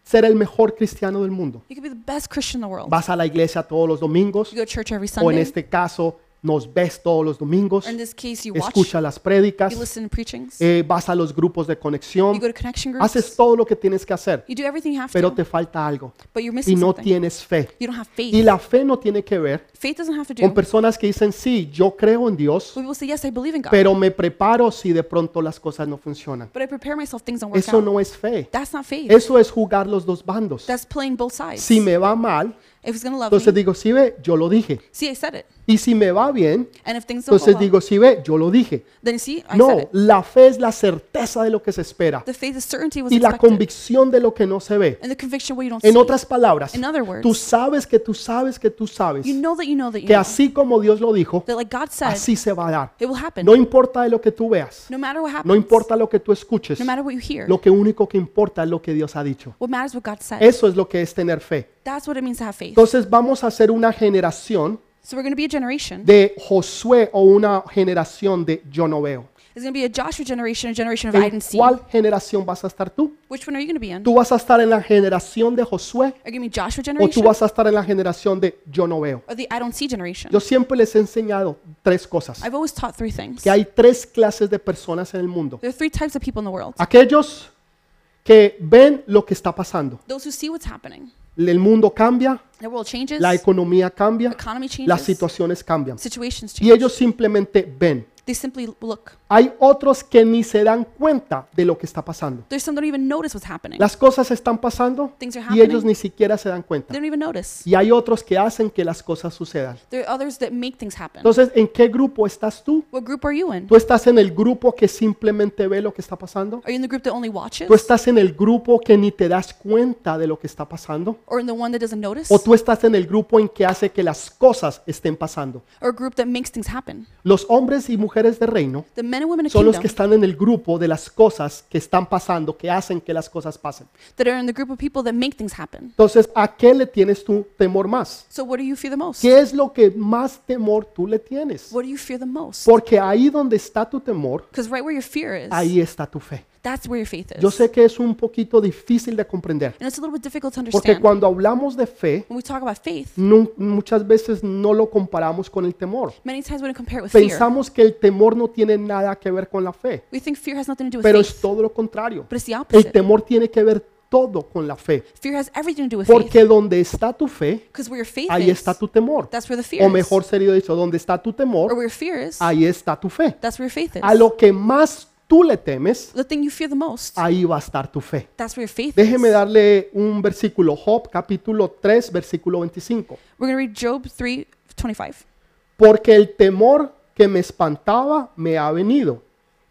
Speaker 1: ser el mejor cristiano del mundo.
Speaker 2: you could be the best Christian in the world.
Speaker 1: Vas a la iglesia todos los domingos
Speaker 2: You go to church every
Speaker 1: o en
Speaker 2: Sunday.
Speaker 1: este caso nos ves todos los domingos,
Speaker 2: or in this case, you watch,
Speaker 1: escucha las prédicas,
Speaker 2: you listen to preachings,
Speaker 1: eh, vas a los grupos de
Speaker 2: you
Speaker 1: conexión,
Speaker 2: go to connection groups.
Speaker 1: haces todo lo que tienes que hacer,
Speaker 2: you do everything you have
Speaker 1: pero
Speaker 2: to,
Speaker 1: te falta algo
Speaker 2: but you're
Speaker 1: y
Speaker 2: missing
Speaker 1: no
Speaker 2: something.
Speaker 1: tienes fe.
Speaker 2: you don't have faith.
Speaker 1: Y la fe no tiene que ver
Speaker 2: faith doesn't have to do.
Speaker 1: con personas que dicen, sí, yo creo en Dios,
Speaker 2: We will say, yes, I believe in God,
Speaker 1: pero me preparo si de pronto las cosas no funcionan.
Speaker 2: but I prepare myself, things don't work
Speaker 1: Eso
Speaker 2: out.
Speaker 1: no es fe.
Speaker 2: That's not faith.
Speaker 1: Eso es jugar los dos bandos.
Speaker 2: That's playing both sides.
Speaker 1: Si me va mal,
Speaker 2: if he's going to love
Speaker 1: entonces
Speaker 2: me,
Speaker 1: digo, sí ve, yo lo dije.
Speaker 2: see, I said it.
Speaker 1: Y si me va bien,
Speaker 2: And if things don't go
Speaker 1: entonces
Speaker 2: well,
Speaker 1: digo, sí ve, yo lo dije.
Speaker 2: then see, I said
Speaker 1: No,
Speaker 2: it.
Speaker 1: la fe es la certeza de lo que se espera
Speaker 2: The faith is certainty was
Speaker 1: y la
Speaker 2: expected.
Speaker 1: convicción de lo que no se ve.
Speaker 2: and the conviction where you don't
Speaker 1: En
Speaker 2: see.
Speaker 1: otras palabras,
Speaker 2: In other words,
Speaker 1: tú sabes que tú sabes que tú sabes
Speaker 2: you know that you know that you
Speaker 1: que
Speaker 2: know
Speaker 1: así como Dios lo dijo,
Speaker 2: that like God said,
Speaker 1: así se va a dar.
Speaker 2: it will happen.
Speaker 1: No importa de lo que tú veas,
Speaker 2: No matter what happens.
Speaker 1: no importa lo que tú escuches,
Speaker 2: No matter what you hear.
Speaker 1: lo que único que importa es lo que Dios ha dicho.
Speaker 2: What matters is what God said.
Speaker 1: Eso es lo que es tener fe.
Speaker 2: That's what it means to have faith.
Speaker 1: Entonces vamos a ser una generación
Speaker 2: So we're going to be a generation.
Speaker 1: de Josué o una generación de yo no veo.
Speaker 2: It's going to be a Joshua generation, a generation of
Speaker 1: ¿En
Speaker 2: I didn't see.
Speaker 1: cuál generación vas a estar tú?
Speaker 2: Which one are you going to be in?
Speaker 1: ¿Tú vas a estar en la generación de Josué
Speaker 2: Are you going to be Joshua
Speaker 1: o tú
Speaker 2: generation
Speaker 1: vas a estar en la generación de yo no veo?
Speaker 2: or the I don't see generation?
Speaker 1: Yo siempre les he enseñado tres cosas.
Speaker 2: I've always taught three things.
Speaker 1: Que hay tres clases de personas en el mundo.
Speaker 2: There are three types of people in the world.
Speaker 1: Aquellos que ven lo que está pasando.
Speaker 2: Those who see what's happening.
Speaker 1: El mundo cambia,
Speaker 2: The world changes.
Speaker 1: la economía cambia,
Speaker 2: economy
Speaker 1: las
Speaker 2: changes.
Speaker 1: situaciones cambian.
Speaker 2: situations
Speaker 1: Y
Speaker 2: change.
Speaker 1: ellos simplemente ven.
Speaker 2: They simply look.
Speaker 1: Hay otros que ni se dan cuenta de lo que está pasando.
Speaker 2: There's some that don't even notice what's happening.
Speaker 1: Las cosas están pasando
Speaker 2: Things are
Speaker 1: y ellos
Speaker 2: happening.
Speaker 1: ni siquiera se dan
Speaker 2: They
Speaker 1: cuenta.
Speaker 2: don't even notice.
Speaker 1: Y hay otros que hacen que las cosas sucedan.
Speaker 2: There are others that make things happen.
Speaker 1: Entonces, ¿en qué grupo estás tú?
Speaker 2: What group are you in?
Speaker 1: ¿Tú estás en el grupo que simplemente ve lo que está pasando?
Speaker 2: Are you in the group that only watches?
Speaker 1: ¿Tú estás en el grupo que ni te das cuenta de lo que está pasando?
Speaker 2: Or in the one that doesn't notice?
Speaker 1: ¿O tú estás en el grupo en que hace que las cosas estén pasando?
Speaker 2: Or a group that makes things happen?
Speaker 1: Los hombres y mujeres de reino
Speaker 2: The men and women of
Speaker 1: son los que
Speaker 2: kingdom
Speaker 1: están en el grupo de las cosas que están pasando, que hacen que las cosas pasen.
Speaker 2: that are in the group of people that make things happen.
Speaker 1: Entonces, ¿a qué le tienes tú temor más?
Speaker 2: So what do you fear the most?
Speaker 1: ¿Qué es lo que más temor tú le tienes?
Speaker 2: What do you fear the most?
Speaker 1: Porque ahí donde está tu temor,
Speaker 2: Because right where your fear is,
Speaker 1: ahí está tu fe.
Speaker 2: that's where your faith is.
Speaker 1: Yo sé que es un poquito difícil de comprender,
Speaker 2: and it's a little bit difficult to
Speaker 1: porque
Speaker 2: understand.
Speaker 1: cuando Mm. hablamos de fe,
Speaker 2: when we talk about faith,
Speaker 1: nu- muchas veces no lo comparamos con el temor.
Speaker 2: many times we don't compare it with fear.
Speaker 1: Pensamos que el temor no tiene nada que ver con la fe,
Speaker 2: We think fear has nothing to do with
Speaker 1: pero es
Speaker 2: faith.
Speaker 1: todo lo contrario.
Speaker 2: But it's the
Speaker 1: El
Speaker 2: opposite.
Speaker 1: temor tiene que ver todo con la fe,
Speaker 2: Fear has everything to do with faith.
Speaker 1: porque donde está tu fe,
Speaker 2: Because where your faith
Speaker 1: ahí
Speaker 2: is,
Speaker 1: está tu temor.
Speaker 2: that's where the fear
Speaker 1: O
Speaker 2: is.
Speaker 1: mejor Ah, sería dicho, donde está tu
Speaker 2: Or
Speaker 1: temor,
Speaker 2: where your fear is,
Speaker 1: ahí está tu fe.
Speaker 2: that's where your faith is.
Speaker 1: A lo que más tú le temes,
Speaker 2: The thing you fear the most,
Speaker 1: ahí va a estar tu fe.
Speaker 2: that's where your faith is.
Speaker 1: Déjeme darle un versículo, Job capítulo 3, versículo 25.
Speaker 2: We're going to read Job 3 25.
Speaker 1: Porque el temor que me espantaba me ha venido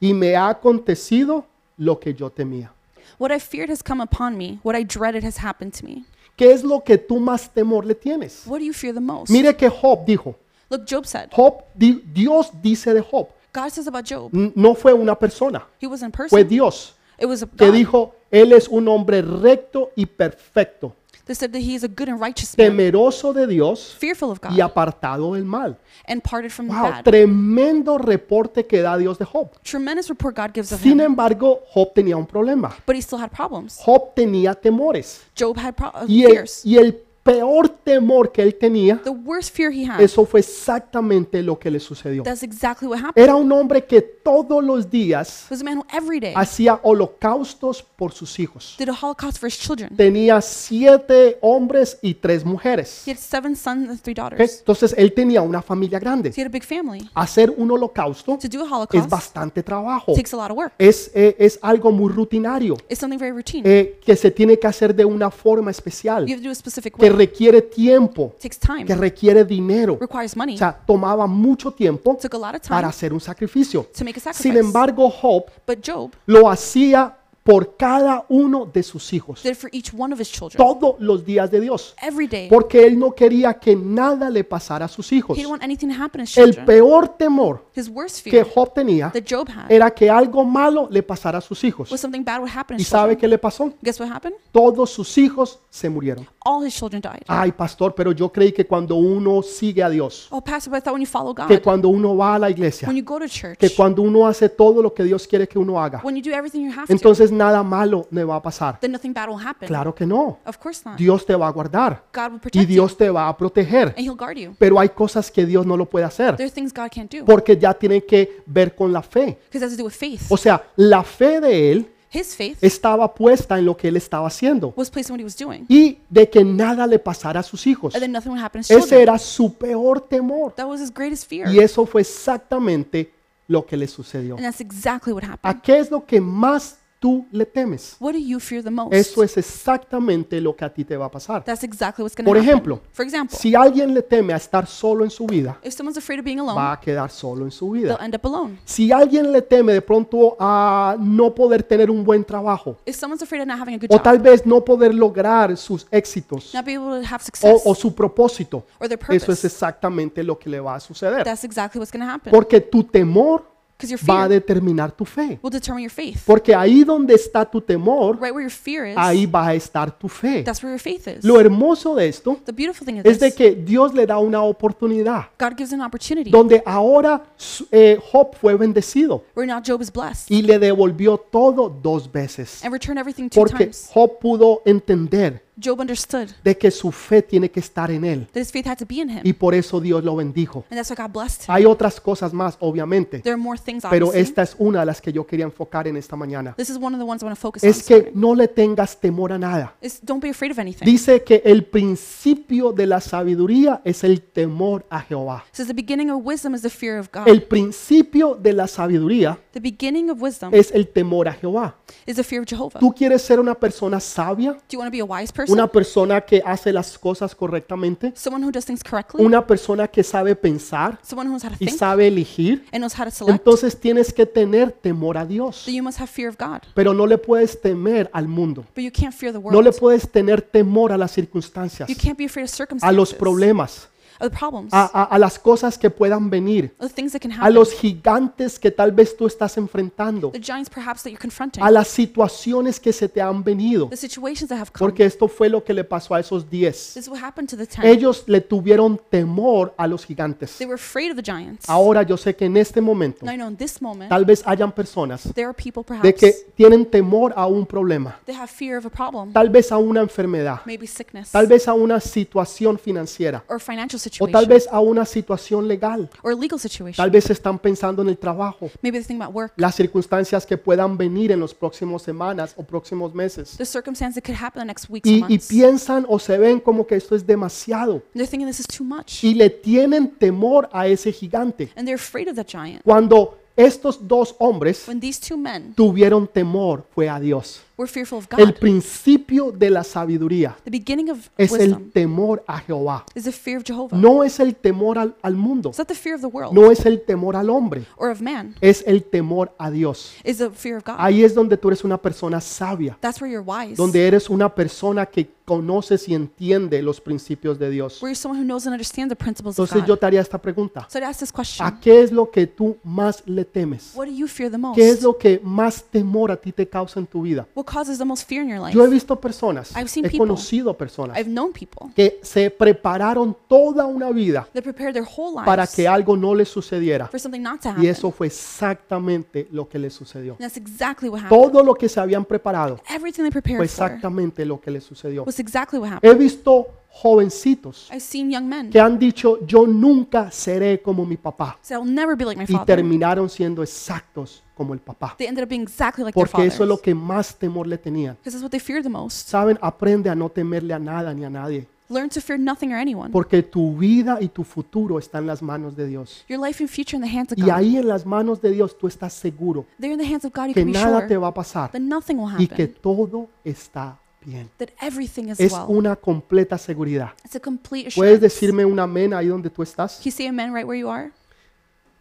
Speaker 1: y me ha acontecido lo que yo temía.
Speaker 2: What I feared has come upon me, what I dreaded has happened to me.
Speaker 1: ¿Qué es lo que tú más temor le tienes?
Speaker 2: What do you fear the most?
Speaker 1: Mire que Job dijo.
Speaker 2: Look, Job said,
Speaker 1: Job, di- Dios dice de Job,
Speaker 2: God says about Job,
Speaker 1: n- no fue una persona,
Speaker 2: he was in
Speaker 1: fue
Speaker 2: person.
Speaker 1: Dios
Speaker 2: It was a
Speaker 1: que
Speaker 2: God
Speaker 1: dijo, él es un hombre recto y perfecto,
Speaker 2: They said that he is a good and righteous man,
Speaker 1: temeroso de Dios
Speaker 2: fearful of
Speaker 1: y
Speaker 2: God,
Speaker 1: apartado del mal.
Speaker 2: and parted from the
Speaker 1: Wow,
Speaker 2: bad.
Speaker 1: tremendo reporte que da Dios de Job.
Speaker 2: Tremendous report God gives of
Speaker 1: Sin
Speaker 2: him.
Speaker 1: embargo, Job tenía un problema.
Speaker 2: But he still had problems.
Speaker 1: Job tenía temores.
Speaker 2: Job had pro- uh,
Speaker 1: Y el,
Speaker 2: fears.
Speaker 1: y el peor temor que él tenía,
Speaker 2: The worst fear he had.
Speaker 1: eso fue exactamente lo que le sucedió.
Speaker 2: That's exactly what happened.
Speaker 1: Era un hombre que todos los días
Speaker 2: It was a man who every day
Speaker 1: hacía holocaustos por sus hijos.
Speaker 2: did a holocaust for his children.
Speaker 1: Tenía siete hombres y tres mujeres.
Speaker 2: He had seven sons and three
Speaker 1: ¿ok?
Speaker 2: daughters.
Speaker 1: Entonces él tenía una familia grande.
Speaker 2: He had a big family.
Speaker 1: Hacer un holocausto
Speaker 2: To do a
Speaker 1: es
Speaker 2: holocaust
Speaker 1: bastante trabajo.
Speaker 2: takes a lot of work.
Speaker 1: Es, eh, es algo muy rutinario
Speaker 2: It's something very routine.
Speaker 1: eh, que se tiene que hacer de una forma especial,
Speaker 2: You have to do a specific way.
Speaker 1: que requiere tiempo,
Speaker 2: takes time.
Speaker 1: que requiere dinero.
Speaker 2: requires
Speaker 1: O
Speaker 2: money.
Speaker 1: sea, tomaba mucho tiempo
Speaker 2: took a lot of
Speaker 1: para
Speaker 2: time
Speaker 1: hacer un sacrificio.
Speaker 2: to make a
Speaker 1: Sin
Speaker 2: sacrifice.
Speaker 1: embargo, Job
Speaker 2: but Job
Speaker 1: lo hacía por cada uno de sus hijos,
Speaker 2: did it for each one of his children.
Speaker 1: todos los días de Dios,
Speaker 2: Every day.
Speaker 1: porque él no quería que nada le pasara a sus hijos.
Speaker 2: He didn't want anything to happen to his
Speaker 1: El
Speaker 2: children.
Speaker 1: peor temor
Speaker 2: his worst
Speaker 1: que
Speaker 2: fear
Speaker 1: Job tenía
Speaker 2: that Job had
Speaker 1: era que algo malo le pasara a sus
Speaker 2: was
Speaker 1: hijos.
Speaker 2: something bad would happen to
Speaker 1: ¿Y
Speaker 2: his
Speaker 1: sabe
Speaker 2: children.
Speaker 1: qué le pasó?
Speaker 2: Guess what happened?
Speaker 1: Todos sus hijos se murieron.
Speaker 2: All his children died.
Speaker 1: Ay, pastor, pero yo creí que cuando uno sigue a Dios,
Speaker 2: Oh, Pastor, but I thought when you follow God,
Speaker 1: que cuando uno va a la iglesia,
Speaker 2: when you go to church,
Speaker 1: que cuando uno hace todo lo que Dios quiere que uno haga,
Speaker 2: when you do everything you have to,
Speaker 1: entonces nada malo le va a pasar.
Speaker 2: then nothing bad will happen.
Speaker 1: Claro que no.
Speaker 2: Of course not.
Speaker 1: Dios te va a guardar
Speaker 2: God will
Speaker 1: y
Speaker 2: protect you
Speaker 1: Dios te va a proteger.
Speaker 2: and He'll guard you.
Speaker 1: Pero hay cosas que Dios no lo puede hacer
Speaker 2: There are things God can't do
Speaker 1: porque ya tienen que ver con la fe.
Speaker 2: because it has to do with faith.
Speaker 1: O sea, la fe de él
Speaker 2: His faith
Speaker 1: estaba puesta en lo que él estaba haciendo
Speaker 2: was placed in what he was doing,
Speaker 1: y de que nada le pasara a sus hijos.
Speaker 2: and then nothing would happen to his
Speaker 1: Ese
Speaker 2: children.
Speaker 1: era su peor temor
Speaker 2: That was his greatest fear,
Speaker 1: y eso fue exactamente lo que le sucedió.
Speaker 2: and that's exactly what happened.
Speaker 1: ¿A qué es lo que más tú le temes?
Speaker 2: What do you fear the most?
Speaker 1: Eso es exactamente lo que a ti Pues te va a pasar.
Speaker 2: That's exactly what's going
Speaker 1: Por
Speaker 2: to happen.
Speaker 1: ejemplo,
Speaker 2: For example,
Speaker 1: Si alguien le teme a estar solo en su vida,
Speaker 2: if someone's afraid of being
Speaker 1: va
Speaker 2: alone,
Speaker 1: a quedar solo en su
Speaker 2: they'll
Speaker 1: vida.
Speaker 2: end up alone.
Speaker 1: Si alguien le teme de pronto a no poder tener un buen trabajo,
Speaker 2: If someone's afraid of not having a good
Speaker 1: o tal
Speaker 2: job,
Speaker 1: vez no poder lograr sus éxitos
Speaker 2: not be able to have
Speaker 1: o,
Speaker 2: success
Speaker 1: o su propósito,
Speaker 2: or their
Speaker 1: eso es
Speaker 2: purpose,
Speaker 1: exactamente lo que le va a suceder.
Speaker 2: that's exactly what's going to happen.
Speaker 1: Porque tu temor
Speaker 2: Because your
Speaker 1: va a
Speaker 2: fear
Speaker 1: determinar tu fe.
Speaker 2: will determine your faith.
Speaker 1: Porque ahí donde está tu temor,
Speaker 2: Right where your fear is,
Speaker 1: ahí va a estar tu fe.
Speaker 2: that's where your faith is.
Speaker 1: Lo hermoso de esto
Speaker 2: The beautiful thing is
Speaker 1: es de
Speaker 2: this,
Speaker 1: que Dios le da una oportunidad
Speaker 2: God gives an opportunity
Speaker 1: donde ahora su- eh, Job fue bendecido.
Speaker 2: where now Job is blessed
Speaker 1: y le devolvió todo dos veces.
Speaker 2: and returned everything two
Speaker 1: Porque
Speaker 2: times.
Speaker 1: Job pudo entender
Speaker 2: Job understood
Speaker 1: de que su fe tiene que estar en él
Speaker 2: that his faith had to be in him,
Speaker 1: y por eso Dios lo bendijo.
Speaker 2: and that's why God blessed him.
Speaker 1: Hay otras cosas más, obviamente,
Speaker 2: There are more things,
Speaker 1: pero
Speaker 2: obviously.
Speaker 1: esta es una de las que yo quería enfocar en esta mañana.
Speaker 2: This is one of the ones I want to focus on.
Speaker 1: Es
Speaker 2: this
Speaker 1: que
Speaker 2: morning.
Speaker 1: no le tengas temor a nada.
Speaker 2: Is don't be afraid of anything. It
Speaker 1: Dice que el principio de la sabiduría es el temor a Jehová.
Speaker 2: says the beginning of wisdom is the fear of God.
Speaker 1: El principio de la sabiduría
Speaker 2: The beginning of wisdom
Speaker 1: es el temor a Jehová.
Speaker 2: is the fear of Jehovah. Do
Speaker 1: ¿Tú quieres ser una persona sabia?
Speaker 2: you want to be a wise person?
Speaker 1: ¿Una persona que hace las cosas correctamente?
Speaker 2: Someone who does things correctly?
Speaker 1: una persona que sabe pensar
Speaker 2: Someone who knows how to
Speaker 1: y
Speaker 2: think
Speaker 1: sabe elegir,
Speaker 2: and knows how to select?
Speaker 1: entonces tienes que tener temor a Dios.
Speaker 2: So you must have fear of God.
Speaker 1: Pero no le puedes temer al mundo.
Speaker 2: But you can't fear the world.
Speaker 1: No le puedes tener temor a las circunstancias,
Speaker 2: You can't be afraid of
Speaker 1: a
Speaker 2: circumstances,
Speaker 1: los problemas,
Speaker 2: of the problems,
Speaker 1: a, a- a las cosas que puedan venir,
Speaker 2: of the things that can
Speaker 1: a
Speaker 2: happen,
Speaker 1: los gigantes que tal vez tú estás enfrentando,
Speaker 2: the giants perhaps that you're confronting,
Speaker 1: a las situaciones que se te han venido.
Speaker 2: the situations that have come.
Speaker 1: Porque esto fue lo que le pasó a esos diez.
Speaker 2: This is what happened to the ten.
Speaker 1: Ellos le tuvieron temor a los gigantes.
Speaker 2: they were afraid of the giants.
Speaker 1: Ahora yo sé que en este momento
Speaker 2: now I know in this moment,
Speaker 1: tal vez hayan personas
Speaker 2: there are people perhaps
Speaker 1: de que tienen temor a un problema,
Speaker 2: they have fear of a problem,
Speaker 1: tal vez a una enfermedad,
Speaker 2: maybe sickness,
Speaker 1: tal vez a una situación financiera
Speaker 2: or financial
Speaker 1: o
Speaker 2: situation,
Speaker 1: tal vez a una situación legal.
Speaker 2: or legal
Speaker 1: Tal
Speaker 2: situation.
Speaker 1: vez están pensando en el trabajo,
Speaker 2: Maybe they're thinking about work,
Speaker 1: las circunstancias que puedan venir en los próximos semanas o próximos meses.
Speaker 2: the circumstance that could happen the next weeks or
Speaker 1: Y, y
Speaker 2: months.
Speaker 1: piensan o se ven como que esto es demasiado
Speaker 2: they're thinking this is too much,
Speaker 1: y le tienen temor a ese gigante.
Speaker 2: and they're afraid of that giant.
Speaker 1: Cuando estos dos hombres
Speaker 2: When these two men
Speaker 1: tuvieron temor fue a Dios.
Speaker 2: were fearful of
Speaker 1: El
Speaker 2: God,
Speaker 1: principio de la sabiduría
Speaker 2: the beginning of
Speaker 1: es
Speaker 2: wisdom
Speaker 1: el temor a Jehová.
Speaker 2: is the fear of Jehovah.
Speaker 1: No es el temor al, al mundo,
Speaker 2: It's not the fear of the world
Speaker 1: no es el temor al hombre,
Speaker 2: or of man.
Speaker 1: es el temor a Dios.
Speaker 2: It's the fear of God.
Speaker 1: Ahí es donde tú eres una persona sabia,
Speaker 2: That's where you're wise.
Speaker 1: donde eres una persona que conoces y entiende los principios de Dios.
Speaker 2: where you're someone who knows and understands the principles of
Speaker 1: Entonces
Speaker 2: God.
Speaker 1: yo Ah, te haría esta pregunta.
Speaker 2: so to ask this question,
Speaker 1: ¿A qué es lo que tú más le temes?
Speaker 2: what do you fear the most?
Speaker 1: ¿Qué es lo que más temor a ti te causa en tu vida?
Speaker 2: what What causes the most fear in your life?
Speaker 1: Yo he visto personas,
Speaker 2: I've seen
Speaker 1: he
Speaker 2: people.
Speaker 1: conocido personas
Speaker 2: I've known people
Speaker 1: que se prepararon toda una vida
Speaker 2: that prepare their whole lives
Speaker 1: para que algo no les sucediera.
Speaker 2: for something not to happen.
Speaker 1: Y eso fue exactamente lo que les sucedió.
Speaker 2: And that's exactly what happened.
Speaker 1: Todo lo que se habían preparado
Speaker 2: Everything they
Speaker 1: fue
Speaker 2: prepared for Pues-
Speaker 1: exactamente lo que les sucedió.
Speaker 2: was exactly what happened.
Speaker 1: He visto jovencitos
Speaker 2: I've seen young men
Speaker 1: que han dicho, yo nunca seré como mi papá.
Speaker 2: say, I'll never be like my
Speaker 1: Y
Speaker 2: father.
Speaker 1: terminaron siendo exactos como el papá.
Speaker 2: They ended up being exactly like
Speaker 1: Porque
Speaker 2: their
Speaker 1: eso es
Speaker 2: fathers.
Speaker 1: lo que más temor le tenían.
Speaker 2: Because that's what they feared the most.
Speaker 1: Saben, aprende a no temerle a nada ni a nadie.
Speaker 2: Learn to fear nothing or anyone.
Speaker 1: Porque tu vida y tu futuro están en las manos de Dios.
Speaker 2: Your life and future in the hands of
Speaker 1: Y
Speaker 2: God.
Speaker 1: ahí en las manos de Dios tú estás seguro
Speaker 2: They're in the hands of God. You
Speaker 1: que
Speaker 2: can be
Speaker 1: nada te
Speaker 2: sure
Speaker 1: va a pasar
Speaker 2: that nothing will
Speaker 1: y que
Speaker 2: happen.
Speaker 1: todo está bien.
Speaker 2: That everything is
Speaker 1: Es
Speaker 2: well.
Speaker 1: una completa seguridad.
Speaker 2: It's a complete
Speaker 1: ¿Puedes
Speaker 2: assurance. Can
Speaker 1: decirme un amén ahí donde tú estás?
Speaker 2: you say amen right where you are?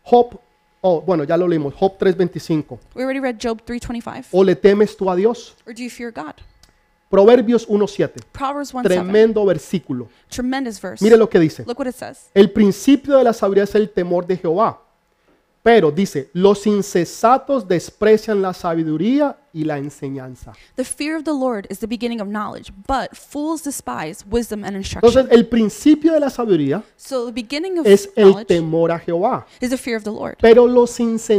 Speaker 1: Job, oh, bueno, ya lo leímos, Job 3.25.
Speaker 2: We already read Job 3.25.
Speaker 1: ¿O le temes tú a Dios?
Speaker 2: Or do you fear God?
Speaker 1: Proverbios 1.7.
Speaker 2: Proverbs 1 7.
Speaker 1: Tremendo versículo.
Speaker 2: Tremendous verse.
Speaker 1: Mire lo que dice.
Speaker 2: Look what it says.
Speaker 1: El principio de la sabiduría es el temor de Jehová. Pero dice, los insensatos desprecian la sabiduría y la enseñanza.
Speaker 2: The fear of the Lord is the beginning of knowledge, but fools despise wisdom and instruction.
Speaker 1: Entonces, el principio de la sabiduría
Speaker 2: So the beginning of
Speaker 1: es el
Speaker 2: knowledge
Speaker 1: temor a Jehová.
Speaker 2: is the fear of the Lord.
Speaker 1: Pero los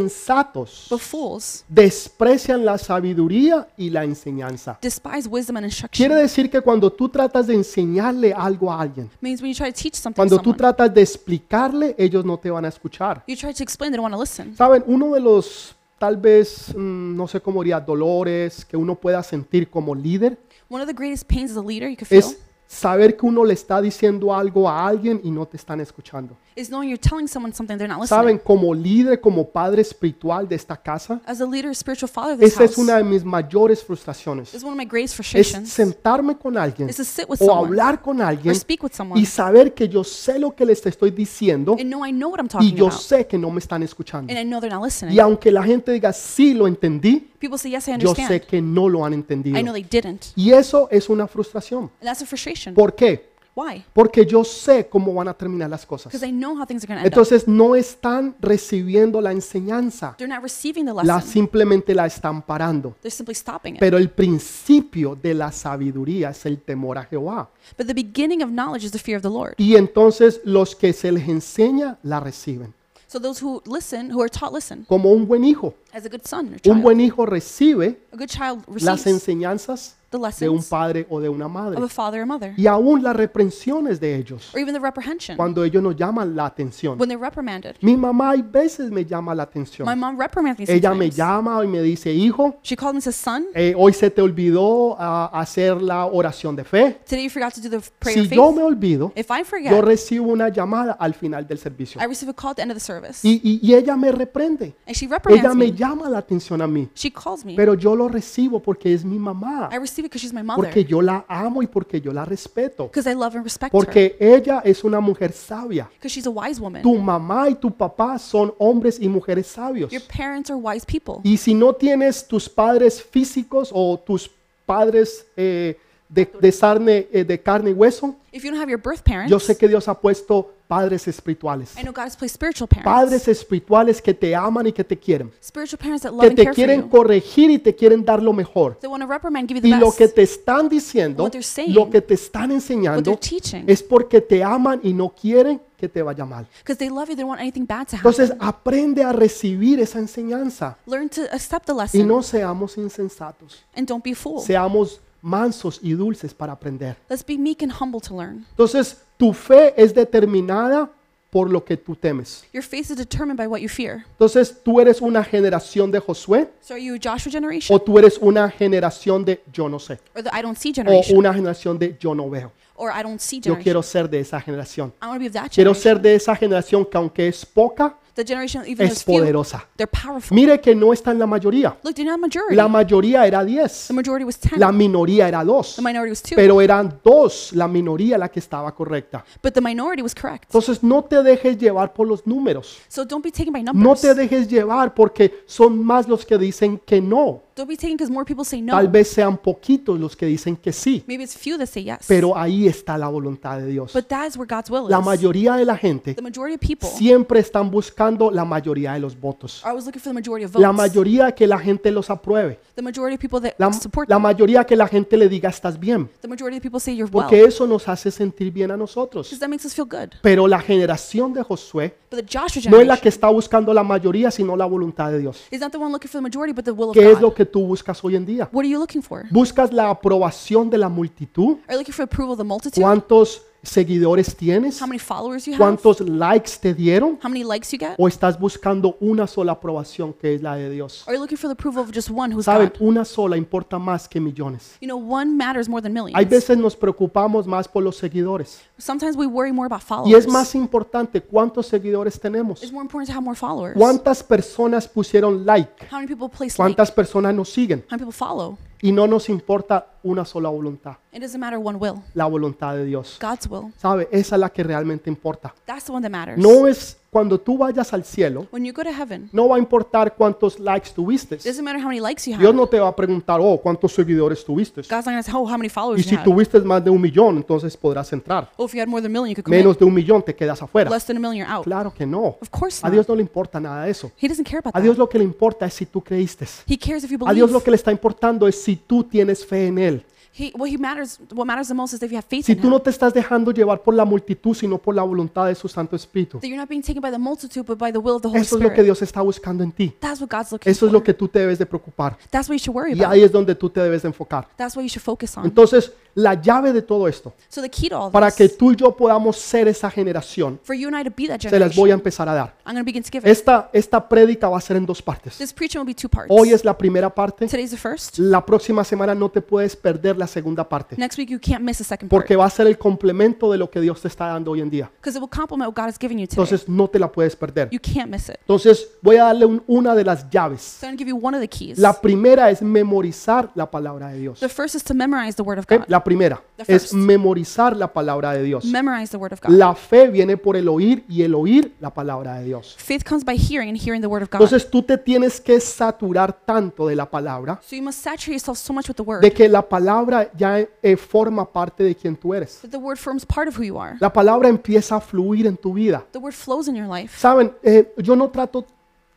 Speaker 1: insensatos
Speaker 2: But fools
Speaker 1: desprecian la sabiduría y la enseñanza.
Speaker 2: despise wisdom and instruction.
Speaker 1: Quiere decir que cuando tú tratas de enseñarle algo a alguien,
Speaker 2: means when you try to teach something to
Speaker 1: cuando tú
Speaker 2: someone,
Speaker 1: tratas de explicarle, ellos no te van a escuchar.
Speaker 2: you try to explain, they don't want to listen.
Speaker 1: Saben, uno de los tal vez, mm, no sé cómo diría, dolores que uno pueda sentir como líder
Speaker 2: One of the greatest pains as a leader you could feel
Speaker 1: es saber que uno le está diciendo algo a alguien y no te están escuchando.
Speaker 2: is knowing you're telling someone something they're not listening.
Speaker 1: Saben, como líder, como padre espiritual de esta casa,
Speaker 2: As a leader, spiritual father of this
Speaker 1: esa es
Speaker 2: house,
Speaker 1: una de mis mayores frustraciones.
Speaker 2: this is one of my greatest
Speaker 1: Es
Speaker 2: frustrations.
Speaker 1: sentarme con alguien
Speaker 2: Is to sit with
Speaker 1: o
Speaker 2: someone
Speaker 1: hablar con
Speaker 2: or
Speaker 1: alguien
Speaker 2: speak with someone
Speaker 1: y saber que yo sé lo que les estoy diciendo
Speaker 2: and know I know what I'm
Speaker 1: y
Speaker 2: talking
Speaker 1: yo
Speaker 2: about
Speaker 1: sé que no me están escuchando.
Speaker 2: and I know they're not listening.
Speaker 1: Y aunque la gente diga, sí, lo entendí,
Speaker 2: People say, yes, I
Speaker 1: yo sé
Speaker 2: understand.
Speaker 1: que no lo han
Speaker 2: I
Speaker 1: entendido.
Speaker 2: know they didn't.
Speaker 1: Y eso es una frustración.
Speaker 2: And that's a frustration.
Speaker 1: ¿Por qué?
Speaker 2: Why?
Speaker 1: Porque yo sé cómo van a terminar las cosas.
Speaker 2: Because I know how things are going to end up.
Speaker 1: Entonces no están recibiendo la enseñanza,
Speaker 2: They're not receiving the
Speaker 1: la
Speaker 2: lesson.
Speaker 1: simplemente la están parando.
Speaker 2: They're simply stopping it.
Speaker 1: Pero el principio de la sabiduría es el temor a Jehová.
Speaker 2: But the beginning of knowledge is the fear of the Lord.
Speaker 1: Y entonces los que se les enseña la reciben.
Speaker 2: So those who listen, who are taught, listen.
Speaker 1: Como un buen hijo.
Speaker 2: As a good son or
Speaker 1: Un
Speaker 2: child,
Speaker 1: buen hijo recibe
Speaker 2: a good child
Speaker 1: las
Speaker 2: receives
Speaker 1: enseñanzas
Speaker 2: the
Speaker 1: de un
Speaker 2: lessons
Speaker 1: padre o de una
Speaker 2: of
Speaker 1: madre.
Speaker 2: a father or mother,
Speaker 1: Y aún las reprensiones de ellos,
Speaker 2: or even the reprehension
Speaker 1: cuando ellos nos llaman la atención.
Speaker 2: when they're reprimanded.
Speaker 1: Mi mamá hay veces me llama la
Speaker 2: My
Speaker 1: atención.
Speaker 2: mom reprimands me
Speaker 1: Ella me
Speaker 2: sometimes.
Speaker 1: llama y me dice, hijo,
Speaker 2: She called me and says, "Son,
Speaker 1: eh, hoy se te olvidó ah, hacer la oración de fe.
Speaker 2: today you forgot to do the f- prayer
Speaker 1: Si
Speaker 2: of
Speaker 1: yo
Speaker 2: faith."
Speaker 1: me olvido,
Speaker 2: If I
Speaker 1: yo
Speaker 2: forget,
Speaker 1: recibo una llamada al final del servicio.
Speaker 2: I receive a call at the end of the service,
Speaker 1: Y, y- y ella me reprende.
Speaker 2: and she
Speaker 1: Ella
Speaker 2: reprimands
Speaker 1: me
Speaker 2: me.
Speaker 1: llama la atención a mí.
Speaker 2: She calls me.
Speaker 1: Pero yo lo recibo porque es mi mamá.
Speaker 2: I receive it because she's my mother,
Speaker 1: Porque yo la amo y porque yo la respeto.
Speaker 2: because I love and respect her,
Speaker 1: Porque ella es una mujer sabia.
Speaker 2: because she's a wise woman.
Speaker 1: Tu mamá y tu papá son hombres y mujeres sabios.
Speaker 2: Your parents are wise people.
Speaker 1: Y si no tienes tus padres físicos o tus padres eh, de, de carne, eh, de carne y hueso,
Speaker 2: If you don't have your birth parents,
Speaker 1: yo sé que Dios ha puesto padres espirituales.
Speaker 2: I know God has placed spiritual parents,
Speaker 1: Padres espirituales que te aman y que te quieren.
Speaker 2: spiritual parents that love
Speaker 1: Que
Speaker 2: and
Speaker 1: te
Speaker 2: care for
Speaker 1: quieren
Speaker 2: you.
Speaker 1: corregir y te quieren dar lo mejor.
Speaker 2: They want to reprimand, give you the
Speaker 1: Y lo
Speaker 2: best.
Speaker 1: que te están diciendo,
Speaker 2: What they're saying,
Speaker 1: lo que te están
Speaker 2: what
Speaker 1: enseñando,
Speaker 2: they're teaching.
Speaker 1: es porque te aman y no quieren que te vaya mal.
Speaker 2: Because they love you, they don't want anything bad to happen.
Speaker 1: Entonces aprende a recibir esa enseñanza
Speaker 2: Learn to accept the
Speaker 1: y
Speaker 2: lesson
Speaker 1: no seamos insensatos.
Speaker 2: and don't be fooled.
Speaker 1: Seamos mansos y dulces para aprender.
Speaker 2: Let's be meek and humble to learn.
Speaker 1: Entonces, tu fe es determinada por lo que tú temes.
Speaker 2: Your faith is determined by what you fear.
Speaker 1: Entonces, tú eres una generación de Josué
Speaker 2: So are you a Joshua generation
Speaker 1: o tú eres una generación de yo no sé
Speaker 2: or the I don't see
Speaker 1: o
Speaker 2: generation
Speaker 1: una generación de yo no veo.
Speaker 2: or I don't see
Speaker 1: Yo
Speaker 2: generation?
Speaker 1: quiero ser de esa generación.
Speaker 2: I want to be of that
Speaker 1: Quiero
Speaker 2: generation.
Speaker 1: ser de esa generación que aunque es poca,
Speaker 2: The generation, even
Speaker 1: es
Speaker 2: though it's few,
Speaker 1: poderosa.
Speaker 2: they're powerful.
Speaker 1: Mire que no está en la mayoría.
Speaker 2: Look, they're not a majority.
Speaker 1: La
Speaker 2: The
Speaker 1: mayoría era 10,
Speaker 2: majority was 10.
Speaker 1: la minoría era
Speaker 2: The
Speaker 1: 2,
Speaker 2: minority was 2.
Speaker 1: pero eran 2 la minoría la que estaba correcta.
Speaker 2: But the minority was correct.
Speaker 1: Entonces no te dejes llevar por los números.
Speaker 2: So don't be taken by
Speaker 1: No
Speaker 2: numbers.
Speaker 1: te dejes llevar porque son más los que dicen que no
Speaker 2: Don't be taken because more people say
Speaker 1: Tal
Speaker 2: no.
Speaker 1: vez sean poquitos los que dicen que sí,
Speaker 2: Maybe it's few that say yes.
Speaker 1: pero ahí está la voluntad de Dios.
Speaker 2: But that's where God's will
Speaker 1: La
Speaker 2: is.
Speaker 1: mayoría de la gente
Speaker 2: The majority of people
Speaker 1: siempre están buscando la mayoría de los votos.
Speaker 2: are always looking for the majority of
Speaker 1: La
Speaker 2: votes.
Speaker 1: mayoría que la gente los apruebe.
Speaker 2: The majority of people that
Speaker 1: La,
Speaker 2: support
Speaker 1: la
Speaker 2: them.
Speaker 1: mayoría que la gente le diga estás bien.
Speaker 2: The majority of people say you're well.
Speaker 1: Porque eso nos hace sentir bien a nosotros.
Speaker 2: Because that makes us feel good.
Speaker 1: Pero la generación de Josué
Speaker 2: But the Joshua
Speaker 1: no es la
Speaker 2: generation
Speaker 1: que está buscando la mayoría, sino la voluntad de Dios.
Speaker 2: is not the one looking for the majority, but the will of
Speaker 1: ¿Qué es lo
Speaker 2: Oh, God.
Speaker 1: que tú buscas hoy en día?
Speaker 2: What are you looking for?
Speaker 1: ¿Buscas la aprobación de la multitud?
Speaker 2: Are you looking for approval of the multitude?
Speaker 1: ¿Cuántos seguidores tienes?
Speaker 2: How many followers you have?
Speaker 1: ¿Cuántos likes te dieron?
Speaker 2: How many likes you get?
Speaker 1: ¿O estás buscando una sola aprobación que es la de Dios?
Speaker 2: Are you looking for the approval of just one who's
Speaker 1: Saben,
Speaker 2: Oh, God?
Speaker 1: una sola importa más que millones.
Speaker 2: You know, one matters more than
Speaker 1: Hay
Speaker 2: millions.
Speaker 1: veces nos preocupamos más por los seguidores.
Speaker 2: Sometimes we worry more about
Speaker 1: Y es
Speaker 2: followers.
Speaker 1: más importante cuántos seguidores tenemos.
Speaker 2: It's more important to have more followers.
Speaker 1: ¿Cuántas personas pusieron like?
Speaker 2: How many people place like?
Speaker 1: ¿Cuántas personas nos siguen?
Speaker 2: How many people follow?
Speaker 1: Y no nos importa una sola voluntad,
Speaker 2: It doesn't matter one will.
Speaker 1: la voluntad de Dios.
Speaker 2: God's will.
Speaker 1: ¿Sabe? Esa es la que realmente importa.
Speaker 2: That's the one that matters.
Speaker 1: No es cuando tú vayas al cielo,
Speaker 2: When you go to heaven,
Speaker 1: no va a importar cuántos likes tuviste.
Speaker 2: it doesn't matter how many likes you have.
Speaker 1: Dios no te va a preguntar, oh, cuántos seguidores tuviste.
Speaker 2: God's not going to say, oh, how many
Speaker 1: Y
Speaker 2: followers
Speaker 1: si
Speaker 2: you have.
Speaker 1: tuviste más de un millón, entonces podrás entrar.
Speaker 2: Oh, if you had more than a million, you could come in.
Speaker 1: Menos de un millón te quedas afuera.
Speaker 2: Less than a million, you're out.
Speaker 1: Claro que no.
Speaker 2: Of course
Speaker 1: A
Speaker 2: not.
Speaker 1: Dios no le importa nada de eso.
Speaker 2: He doesn't care about
Speaker 1: A Dios
Speaker 2: that.
Speaker 1: lo que le importa es si tú creíste.
Speaker 2: He cares if you
Speaker 1: A Dios lo
Speaker 2: believe.
Speaker 1: que le está importando es si tú tienes fe en Él.
Speaker 2: He, what he matters, what matters the most is that you have faith
Speaker 1: Si
Speaker 2: in
Speaker 1: tú
Speaker 2: him.
Speaker 1: no te estás dejando llevar por la multitud, sino por la voluntad de su Santo Espíritu.
Speaker 2: That you're not being taken by the multitude, but by the will of the Holy
Speaker 1: Eso es lo que
Speaker 2: Spirit.
Speaker 1: Dios está buscando en ti.
Speaker 2: That's what God's looking
Speaker 1: Eso es lo
Speaker 2: for.
Speaker 1: que tú te debes de preocupar.
Speaker 2: That's what you should worry
Speaker 1: Y
Speaker 2: about.
Speaker 1: ahí es donde tú te debes de enfocar.
Speaker 2: That's what you should focus on.
Speaker 1: Entonces, la llave de todo esto,
Speaker 2: So the key to all
Speaker 1: para que
Speaker 2: this,
Speaker 1: tú y yo podamos ser esa generación,
Speaker 2: for you and I to be that
Speaker 1: se las voy
Speaker 2: generation,
Speaker 1: a empezar a dar.
Speaker 2: I'm going to begin to give it.
Speaker 1: Esta, esta prédica va a ser en dos partes.
Speaker 2: This preaching will be two parts.
Speaker 1: Hoy es la primera parte.
Speaker 2: Today's the first.
Speaker 1: La próxima semana no te puedes perder la segunda parte.
Speaker 2: Next week you can't miss the second part
Speaker 1: Porque va a ser el complemento de lo que Dios te está dando hoy en día.
Speaker 2: because it will complement what God has given you today.
Speaker 1: Entonces no te la puedes perder.
Speaker 2: You can't miss it.
Speaker 1: Entonces voy a darle un- una de las llaves.
Speaker 2: So I'm going to give you one of the keys.
Speaker 1: La primera es memorizar la palabra de Dios.
Speaker 2: The first is to memorize the word of
Speaker 1: ¿ok?
Speaker 2: God.
Speaker 1: La primera
Speaker 2: The
Speaker 1: es
Speaker 2: first.
Speaker 1: memorizar la palabra de Dios.
Speaker 2: Memorize the word of God.
Speaker 1: La fe viene por el oír y el oír la palabra de Dios.
Speaker 2: Faith comes by hearing and hearing the word of God.
Speaker 1: Entonces tú te tienes que saturar tanto de la palabra
Speaker 2: So you must saturate yourself so much with the
Speaker 1: de
Speaker 2: word
Speaker 1: que la palabra ya eh, forma parte de quien tú eres.
Speaker 2: that the word forms part of who you are.
Speaker 1: La palabra empieza a fluir en tu vida.
Speaker 2: The word flows in your life.
Speaker 1: Saben, Eh, yo no trato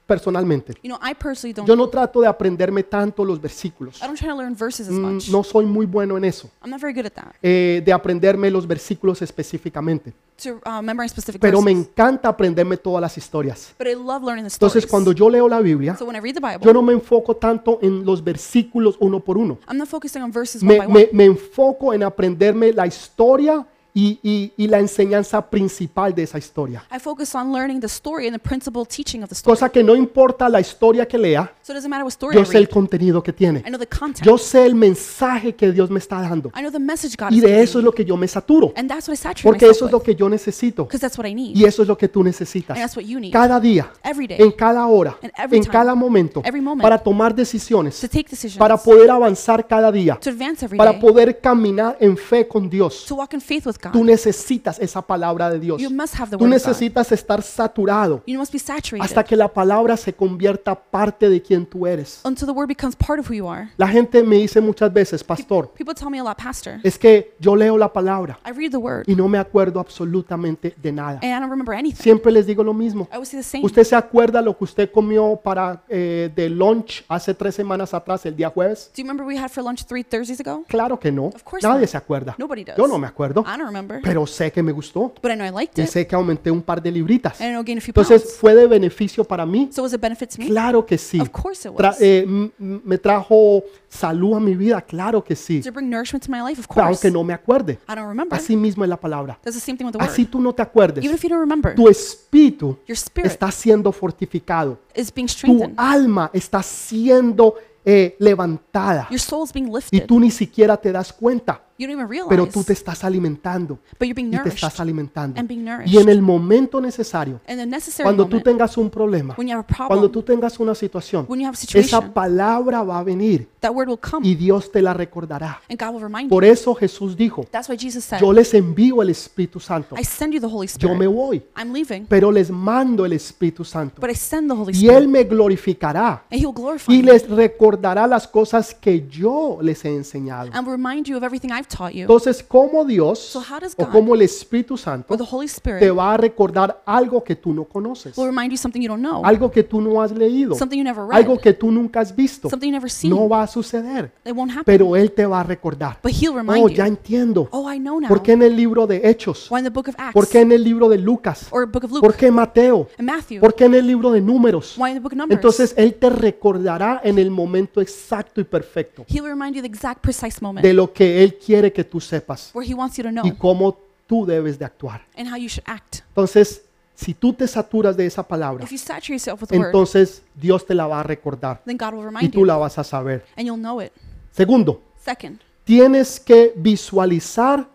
Speaker 1: personalmente,
Speaker 2: You know, I personally don't.
Speaker 1: yo no trato de aprenderme tanto los versículos.
Speaker 2: I don't try to learn verses as
Speaker 1: Mm,
Speaker 2: much.
Speaker 1: No soy muy bueno en eso,
Speaker 2: I'm not very good at that.
Speaker 1: eh, de aprenderme los versículos específicamente.
Speaker 2: To uh, memorize specific
Speaker 1: Pero me
Speaker 2: verses.
Speaker 1: encanta aprenderme todas las historias.
Speaker 2: But I love learning the stories.
Speaker 1: Entonces, cuando yo leo la Biblia,
Speaker 2: so when I read the Bible,
Speaker 1: yo no me enfoco tanto en los versículos uno por uno.
Speaker 2: I'm not focusing on verses one
Speaker 1: Me,
Speaker 2: by one.
Speaker 1: me- me enfoco en aprenderme la historia y, y- y la enseñanza principal de esa historia.
Speaker 2: I focus on learning the story and the principal teaching of the story.
Speaker 1: Cosa que no importa la historia que lea,
Speaker 2: So it doesn't matter what story I
Speaker 1: yo sé el
Speaker 2: read.
Speaker 1: contenido que tiene.
Speaker 2: I know the content.
Speaker 1: Yo sé el mensaje que Dios me está dando.
Speaker 2: I know the message God
Speaker 1: Y
Speaker 2: is
Speaker 1: de
Speaker 2: giving
Speaker 1: eso es
Speaker 2: me.
Speaker 1: lo que yo me saturo.
Speaker 2: And that's what I saturate
Speaker 1: Porque eso es lo
Speaker 2: myself
Speaker 1: que yo necesito.
Speaker 2: Because that's what I need.
Speaker 1: Y eso es lo que tú
Speaker 2: And
Speaker 1: necesitas.
Speaker 2: that's what you need.
Speaker 1: Cada día,
Speaker 2: Every day.
Speaker 1: en cada hora,
Speaker 2: And every
Speaker 1: en
Speaker 2: time.
Speaker 1: cada momento,
Speaker 2: Every moment.
Speaker 1: para tomar
Speaker 2: To
Speaker 1: decisiones,
Speaker 2: take decisions.
Speaker 1: para poder avanzar cada día,
Speaker 2: to advance every
Speaker 1: para
Speaker 2: day.
Speaker 1: poder caminar en fe con Dios.
Speaker 2: To walk in faith with God.
Speaker 1: Tú necesitas esa palabra de Dios.
Speaker 2: You must have the
Speaker 1: Tú
Speaker 2: word of God.
Speaker 1: necesitas estar saturado
Speaker 2: You must be saturated
Speaker 1: hasta que la palabra se convierta parte de quien tú eres.
Speaker 2: until the word becomes part of who you are.
Speaker 1: La gente me dice muchas veces, pastor,
Speaker 2: People tell me a lot, Pastor.
Speaker 1: es que yo leo la palabra
Speaker 2: I read the word
Speaker 1: y no me acuerdo absolutamente de nada.
Speaker 2: and I don't remember anything.
Speaker 1: Siempre les digo lo mismo.
Speaker 2: I always say the same.
Speaker 1: ¿Usted se acuerda lo que usted comió para eh, de lunch hace tres semanas atrás, el día jueves?
Speaker 2: Do you remember we had for lunch three Thursdays ago?
Speaker 1: Claro que no.
Speaker 2: Of course
Speaker 1: Nadie
Speaker 2: not.
Speaker 1: se acuerda.
Speaker 2: Nobody does.
Speaker 1: Yo no me acuerdo,
Speaker 2: I don't remember.
Speaker 1: pero sé que me gustó
Speaker 2: But I know I liked
Speaker 1: y
Speaker 2: it.
Speaker 1: sé que aumenté un par de libritas.
Speaker 2: And I know I gained a few
Speaker 1: Entonces,
Speaker 2: pounds.
Speaker 1: ¿fue de beneficio para mí?
Speaker 2: So was it benefit to me?
Speaker 1: Claro que sí.
Speaker 2: Of course it
Speaker 1: Tra-
Speaker 2: was.
Speaker 1: eh, m- m- me trajo salud a mi vida, claro que sí.
Speaker 2: Does it bring nourishment to my life? Of
Speaker 1: Pero
Speaker 2: course.
Speaker 1: aunque no me acuerde.
Speaker 2: I don't remember.
Speaker 1: Así mismo es la palabra.
Speaker 2: That's the same thing with the word.
Speaker 1: Así tú no te acuerdes.
Speaker 2: Even if you don't remember,
Speaker 1: Tu espíritu
Speaker 2: your spirit
Speaker 1: está siendo fortificado.
Speaker 2: is being
Speaker 1: Tu
Speaker 2: strengthened.
Speaker 1: alma está siendo eh, levantada.
Speaker 2: Your soul is being lifted.
Speaker 1: Y tú ni siquiera te das cuenta.
Speaker 2: you don't even realize.
Speaker 1: Pero tú te estás alimentando.
Speaker 2: but you're being
Speaker 1: Y te
Speaker 2: Oh, nourished.
Speaker 1: estás alimentando.
Speaker 2: and being nourished.
Speaker 1: Y en el momento necesario,
Speaker 2: and the necessary
Speaker 1: cuando tú
Speaker 2: moment,
Speaker 1: tengas un problema,
Speaker 2: when you have a problem,
Speaker 1: cuando tú tengas una situación,
Speaker 2: when you have a situation,
Speaker 1: esa palabra va a venir
Speaker 2: That word will come,
Speaker 1: y Dios te la recordará.
Speaker 2: and God will remind you.
Speaker 1: Por eso Jesús dijo,
Speaker 2: That's why Jesus said,
Speaker 1: yo les envío el Espíritu Santo,
Speaker 2: I send you the Holy
Speaker 1: yo me
Speaker 2: Spirit.
Speaker 1: voy,
Speaker 2: I'm leaving,
Speaker 1: pero les mando el Espíritu Santo.
Speaker 2: but I send the Holy
Speaker 1: Y Él
Speaker 2: Spirit,
Speaker 1: me glorificará
Speaker 2: and He will glorify
Speaker 1: y
Speaker 2: you
Speaker 1: les recordará las cosas que yo les he enseñado.
Speaker 2: and will remind you of everything I've taught you.
Speaker 1: Entonces, ¿cómo Dios
Speaker 2: So how does
Speaker 1: o
Speaker 2: God-
Speaker 1: cómo el Espíritu
Speaker 2: Or
Speaker 1: Santo
Speaker 2: the Holy
Speaker 1: te
Speaker 2: Spirit
Speaker 1: va a recordar algo que tú no conoces?
Speaker 2: will remind you something you don't know,
Speaker 1: Algo que tú no has leído,
Speaker 2: something you never read,
Speaker 1: algo que tú nunca has visto.
Speaker 2: something you never seen.
Speaker 1: No va a suceder,
Speaker 2: It won't happen,
Speaker 1: pero Él te va a recordar.
Speaker 2: but He'll
Speaker 1: Oh,
Speaker 2: remind
Speaker 1: ya
Speaker 2: you.
Speaker 1: entiendo.
Speaker 2: Oh, I know now.
Speaker 1: ¿Por qué en el libro de Hechos?
Speaker 2: Why in the book of
Speaker 1: ¿Por
Speaker 2: Acts
Speaker 1: qué en el libro de Lucas?
Speaker 2: or book of
Speaker 1: ¿Por
Speaker 2: Luke
Speaker 1: qué Mateo?
Speaker 2: and Matthew?
Speaker 1: ¿Por qué en el libro de Números?
Speaker 2: Why in the book of Numbers?
Speaker 1: Entonces Él te recordará en el momento exacto y perfecto
Speaker 2: He will remind you the exact precise
Speaker 1: de
Speaker 2: moment
Speaker 1: lo que Él quiere que tú sepas
Speaker 2: where He wants you to
Speaker 1: y
Speaker 2: know
Speaker 1: cómo tú debes de actuar.
Speaker 2: and how you should act.
Speaker 1: Entonces, si tú te saturas de esa palabra,
Speaker 2: If you saturate yourself with the word,
Speaker 1: entonces Dios te la va a recordar
Speaker 2: then God will
Speaker 1: y
Speaker 2: remind
Speaker 1: tú
Speaker 2: you
Speaker 1: la vas a saber.
Speaker 2: and you'll know it.
Speaker 1: Segundo,
Speaker 2: Second,
Speaker 1: tienes que visualizar,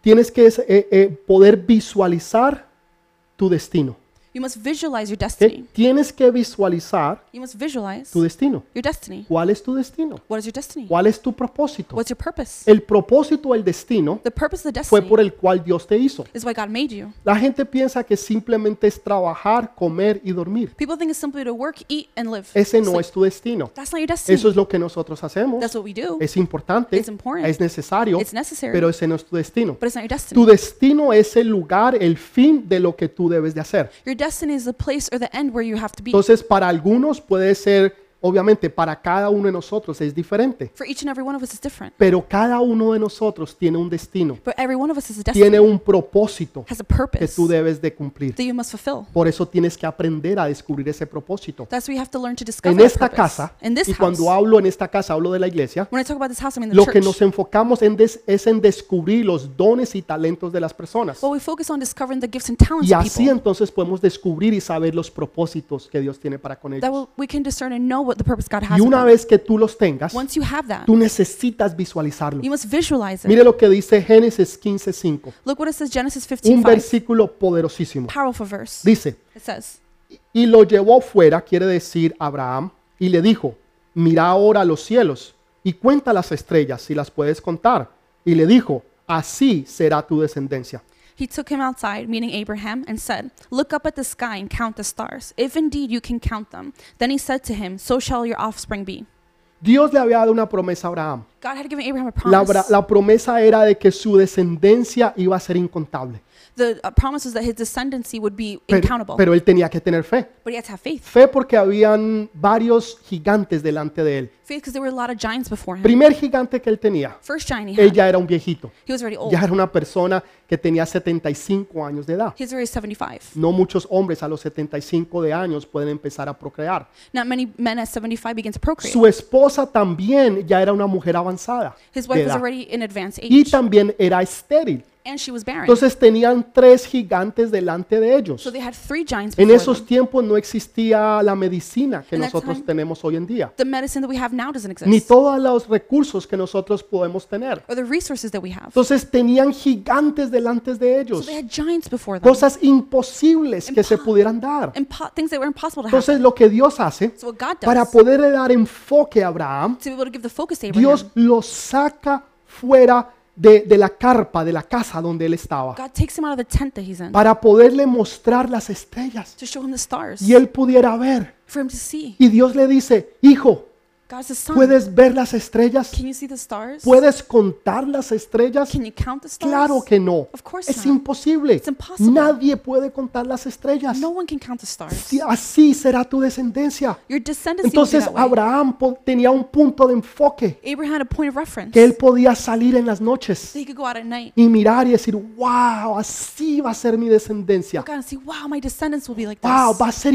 Speaker 1: tienes que eh, eh, poder visualizar tu destino.
Speaker 2: you must visualize your
Speaker 1: ¿ok?
Speaker 2: destiny.
Speaker 1: Tienes que visualizar
Speaker 2: You must visualize
Speaker 1: tu destino.
Speaker 2: your destiny.
Speaker 1: ¿Cuál es tu destino?
Speaker 2: What is your destiny?
Speaker 1: ¿Cuál es tu propósito?
Speaker 2: What's your purpose?
Speaker 1: El propósito, el destino,
Speaker 2: The purpose of the
Speaker 1: fue por el
Speaker 2: destiny
Speaker 1: cual Dios te hizo.
Speaker 2: is why God made you.
Speaker 1: La gente piensa que simplemente es trabajar, comer y dormir.
Speaker 2: People think it's simply to work, eat, and live.
Speaker 1: Ese no
Speaker 2: Sleep.
Speaker 1: es tu destino.
Speaker 2: That's not your
Speaker 1: Eso
Speaker 2: destiny.
Speaker 1: es lo que nosotros hacemos.
Speaker 2: That's what we do.
Speaker 1: Es importante,
Speaker 2: It's important.
Speaker 1: es necesario,
Speaker 2: It's necessary,
Speaker 1: pero ese no es tu destino.
Speaker 2: but it's not your
Speaker 1: Tu
Speaker 2: destiny.
Speaker 1: destino es el lugar, el fin de lo que tú debes de hacer.
Speaker 2: Your destiny is the place or the end where you have to be.
Speaker 1: Entonces, para algunos puede ser, obviamente, para cada uno de nosotros es diferente,
Speaker 2: For each and every one of us is different,
Speaker 1: pero cada uno de nosotros tiene un destino,
Speaker 2: but every one of us is a destiny,
Speaker 1: tiene un propósito
Speaker 2: has a
Speaker 1: que
Speaker 2: purpose
Speaker 1: tú
Speaker 2: that
Speaker 1: debes de cumplir.
Speaker 2: you must fulfill.
Speaker 1: Por eso tienes que aprender a descubrir ese propósito.
Speaker 2: That's what you have to learn to discover.
Speaker 1: En
Speaker 2: that
Speaker 1: esta
Speaker 2: purpose.
Speaker 1: casa,
Speaker 2: in this
Speaker 1: y
Speaker 2: house,
Speaker 1: cuando hablo en esta casa, hablo de la iglesia,
Speaker 2: when I talk about this house, I mean the
Speaker 1: lo
Speaker 2: church.
Speaker 1: que nos enfocamos en des- es en descubrir los dones y talentos de las personas.
Speaker 2: Well, we focus on discovering the gifts and talents
Speaker 1: Y
Speaker 2: of
Speaker 1: así
Speaker 2: people.
Speaker 1: entonces podemos descubrir y saber los propósitos que Dios tiene para con
Speaker 2: That
Speaker 1: ellos.
Speaker 2: will, we can discern and know what the purpose God
Speaker 1: Y
Speaker 2: has. for
Speaker 1: una
Speaker 2: them.
Speaker 1: vez que tú los tengas,
Speaker 2: Once you have that,
Speaker 1: tú necesitas visualizarlo.
Speaker 2: you must visualize it.
Speaker 1: Mire lo que dice Génesis 15:5,
Speaker 2: Look what it says, Genesis
Speaker 1: un
Speaker 2: 15,
Speaker 1: versículo poderosísimo.
Speaker 2: Powerful verse.
Speaker 1: Dice,
Speaker 2: It says,
Speaker 1: y lo llevó fuera, quiere decir Abraham, y le dijo, mira ahora los cielos y cuenta las estrellas si las puedes contar. Y le dijo, así será tu descendencia.
Speaker 2: He took him outside, meaning Abraham, and said, Look up at the sky and count the stars, if indeed you can count them. Then he said to him, So shall your offspring be.
Speaker 1: Dios le había dado una promesa a Abraham.
Speaker 2: God had given Abraham a
Speaker 1: La,
Speaker 2: promise.
Speaker 1: bra- la promesa era de que su descendencia iba a ser incontable.
Speaker 2: the uh, promise was that his descendancy would be
Speaker 1: Pero,
Speaker 2: incountable.
Speaker 1: pero él tenía que tener fe.
Speaker 2: but he had to have faith.
Speaker 1: Fe porque habían varios gigantes delante de él.
Speaker 2: Faith because there were a lot of giants before him.
Speaker 1: Primer gigante que él tenía,
Speaker 2: First giant he had,
Speaker 1: ella era un viejito.
Speaker 2: he was already old.
Speaker 1: Ya era una persona que tenía 75 años de edad.
Speaker 2: He was already 75.
Speaker 1: No muchos hombres a los 75 de años pueden empezar a procrear.
Speaker 2: Not many men at 75 begin to procreate.
Speaker 1: Su esposa también ya era una mujer avanzada.
Speaker 2: His
Speaker 1: de
Speaker 2: wife was
Speaker 1: edad,
Speaker 2: already in advanced
Speaker 1: y
Speaker 2: age,
Speaker 1: también era estéril.
Speaker 2: and she was barren.
Speaker 1: Entonces tenían tres gigantes delante de ellos.
Speaker 2: So they had three giants
Speaker 1: En
Speaker 2: before
Speaker 1: esos
Speaker 2: them.
Speaker 1: tiempos no existía la medicina que
Speaker 2: In that
Speaker 1: nosotros
Speaker 2: time-
Speaker 1: tenemos hoy en día,
Speaker 2: The medicine that we have now doesn't
Speaker 1: ni
Speaker 2: exist,
Speaker 1: todos los recursos que nosotros podemos tener.
Speaker 2: or the resources that we have. So
Speaker 1: Entonces tenían gigantes delante de ellos,
Speaker 2: they had giants before them,
Speaker 1: cosas imposibles que se pudieran dar.
Speaker 2: impo- things that were impossible to happen.
Speaker 1: Entonces lo que Dios hace
Speaker 2: So what God
Speaker 1: para
Speaker 2: does, to
Speaker 1: poderle dar enfoque a Abraham,
Speaker 2: be able to give the focus to
Speaker 1: Dios
Speaker 2: Abraham,
Speaker 1: lo saca fuera de, de la carpa, de la casa donde él estaba,
Speaker 2: God takes him out of the tent that he's in
Speaker 1: para poderle mostrar las estrellas
Speaker 2: to show him the stars,
Speaker 1: y él pudiera ver.
Speaker 2: for him to see.
Speaker 1: Y Dios le dice, hijo,
Speaker 2: God's the sun.
Speaker 1: ¿puedes ver las estrellas?
Speaker 2: Can you see the stars?
Speaker 1: ¿Puedes contar las estrellas?
Speaker 2: Can you count the stars?
Speaker 1: Claro que no.
Speaker 2: Of course
Speaker 1: Es
Speaker 2: not.
Speaker 1: imposible.
Speaker 2: It's impossible.
Speaker 1: Nadie puede contar las estrellas.
Speaker 2: No one can count the stars.
Speaker 1: Si- Así será tu descendencia.
Speaker 2: Your descendants will be
Speaker 1: ah. Entonces
Speaker 2: that way.
Speaker 1: Abraham po- tenía un punto de enfoque
Speaker 2: Abraham had a point of reference.
Speaker 1: que él podía salir en las noches
Speaker 2: So he could go out at night.
Speaker 1: y mirar y decir, wow, así va a ser mi descendencia.
Speaker 2: God and see, wow, my descendants will be like this.
Speaker 1: Wow, va a ser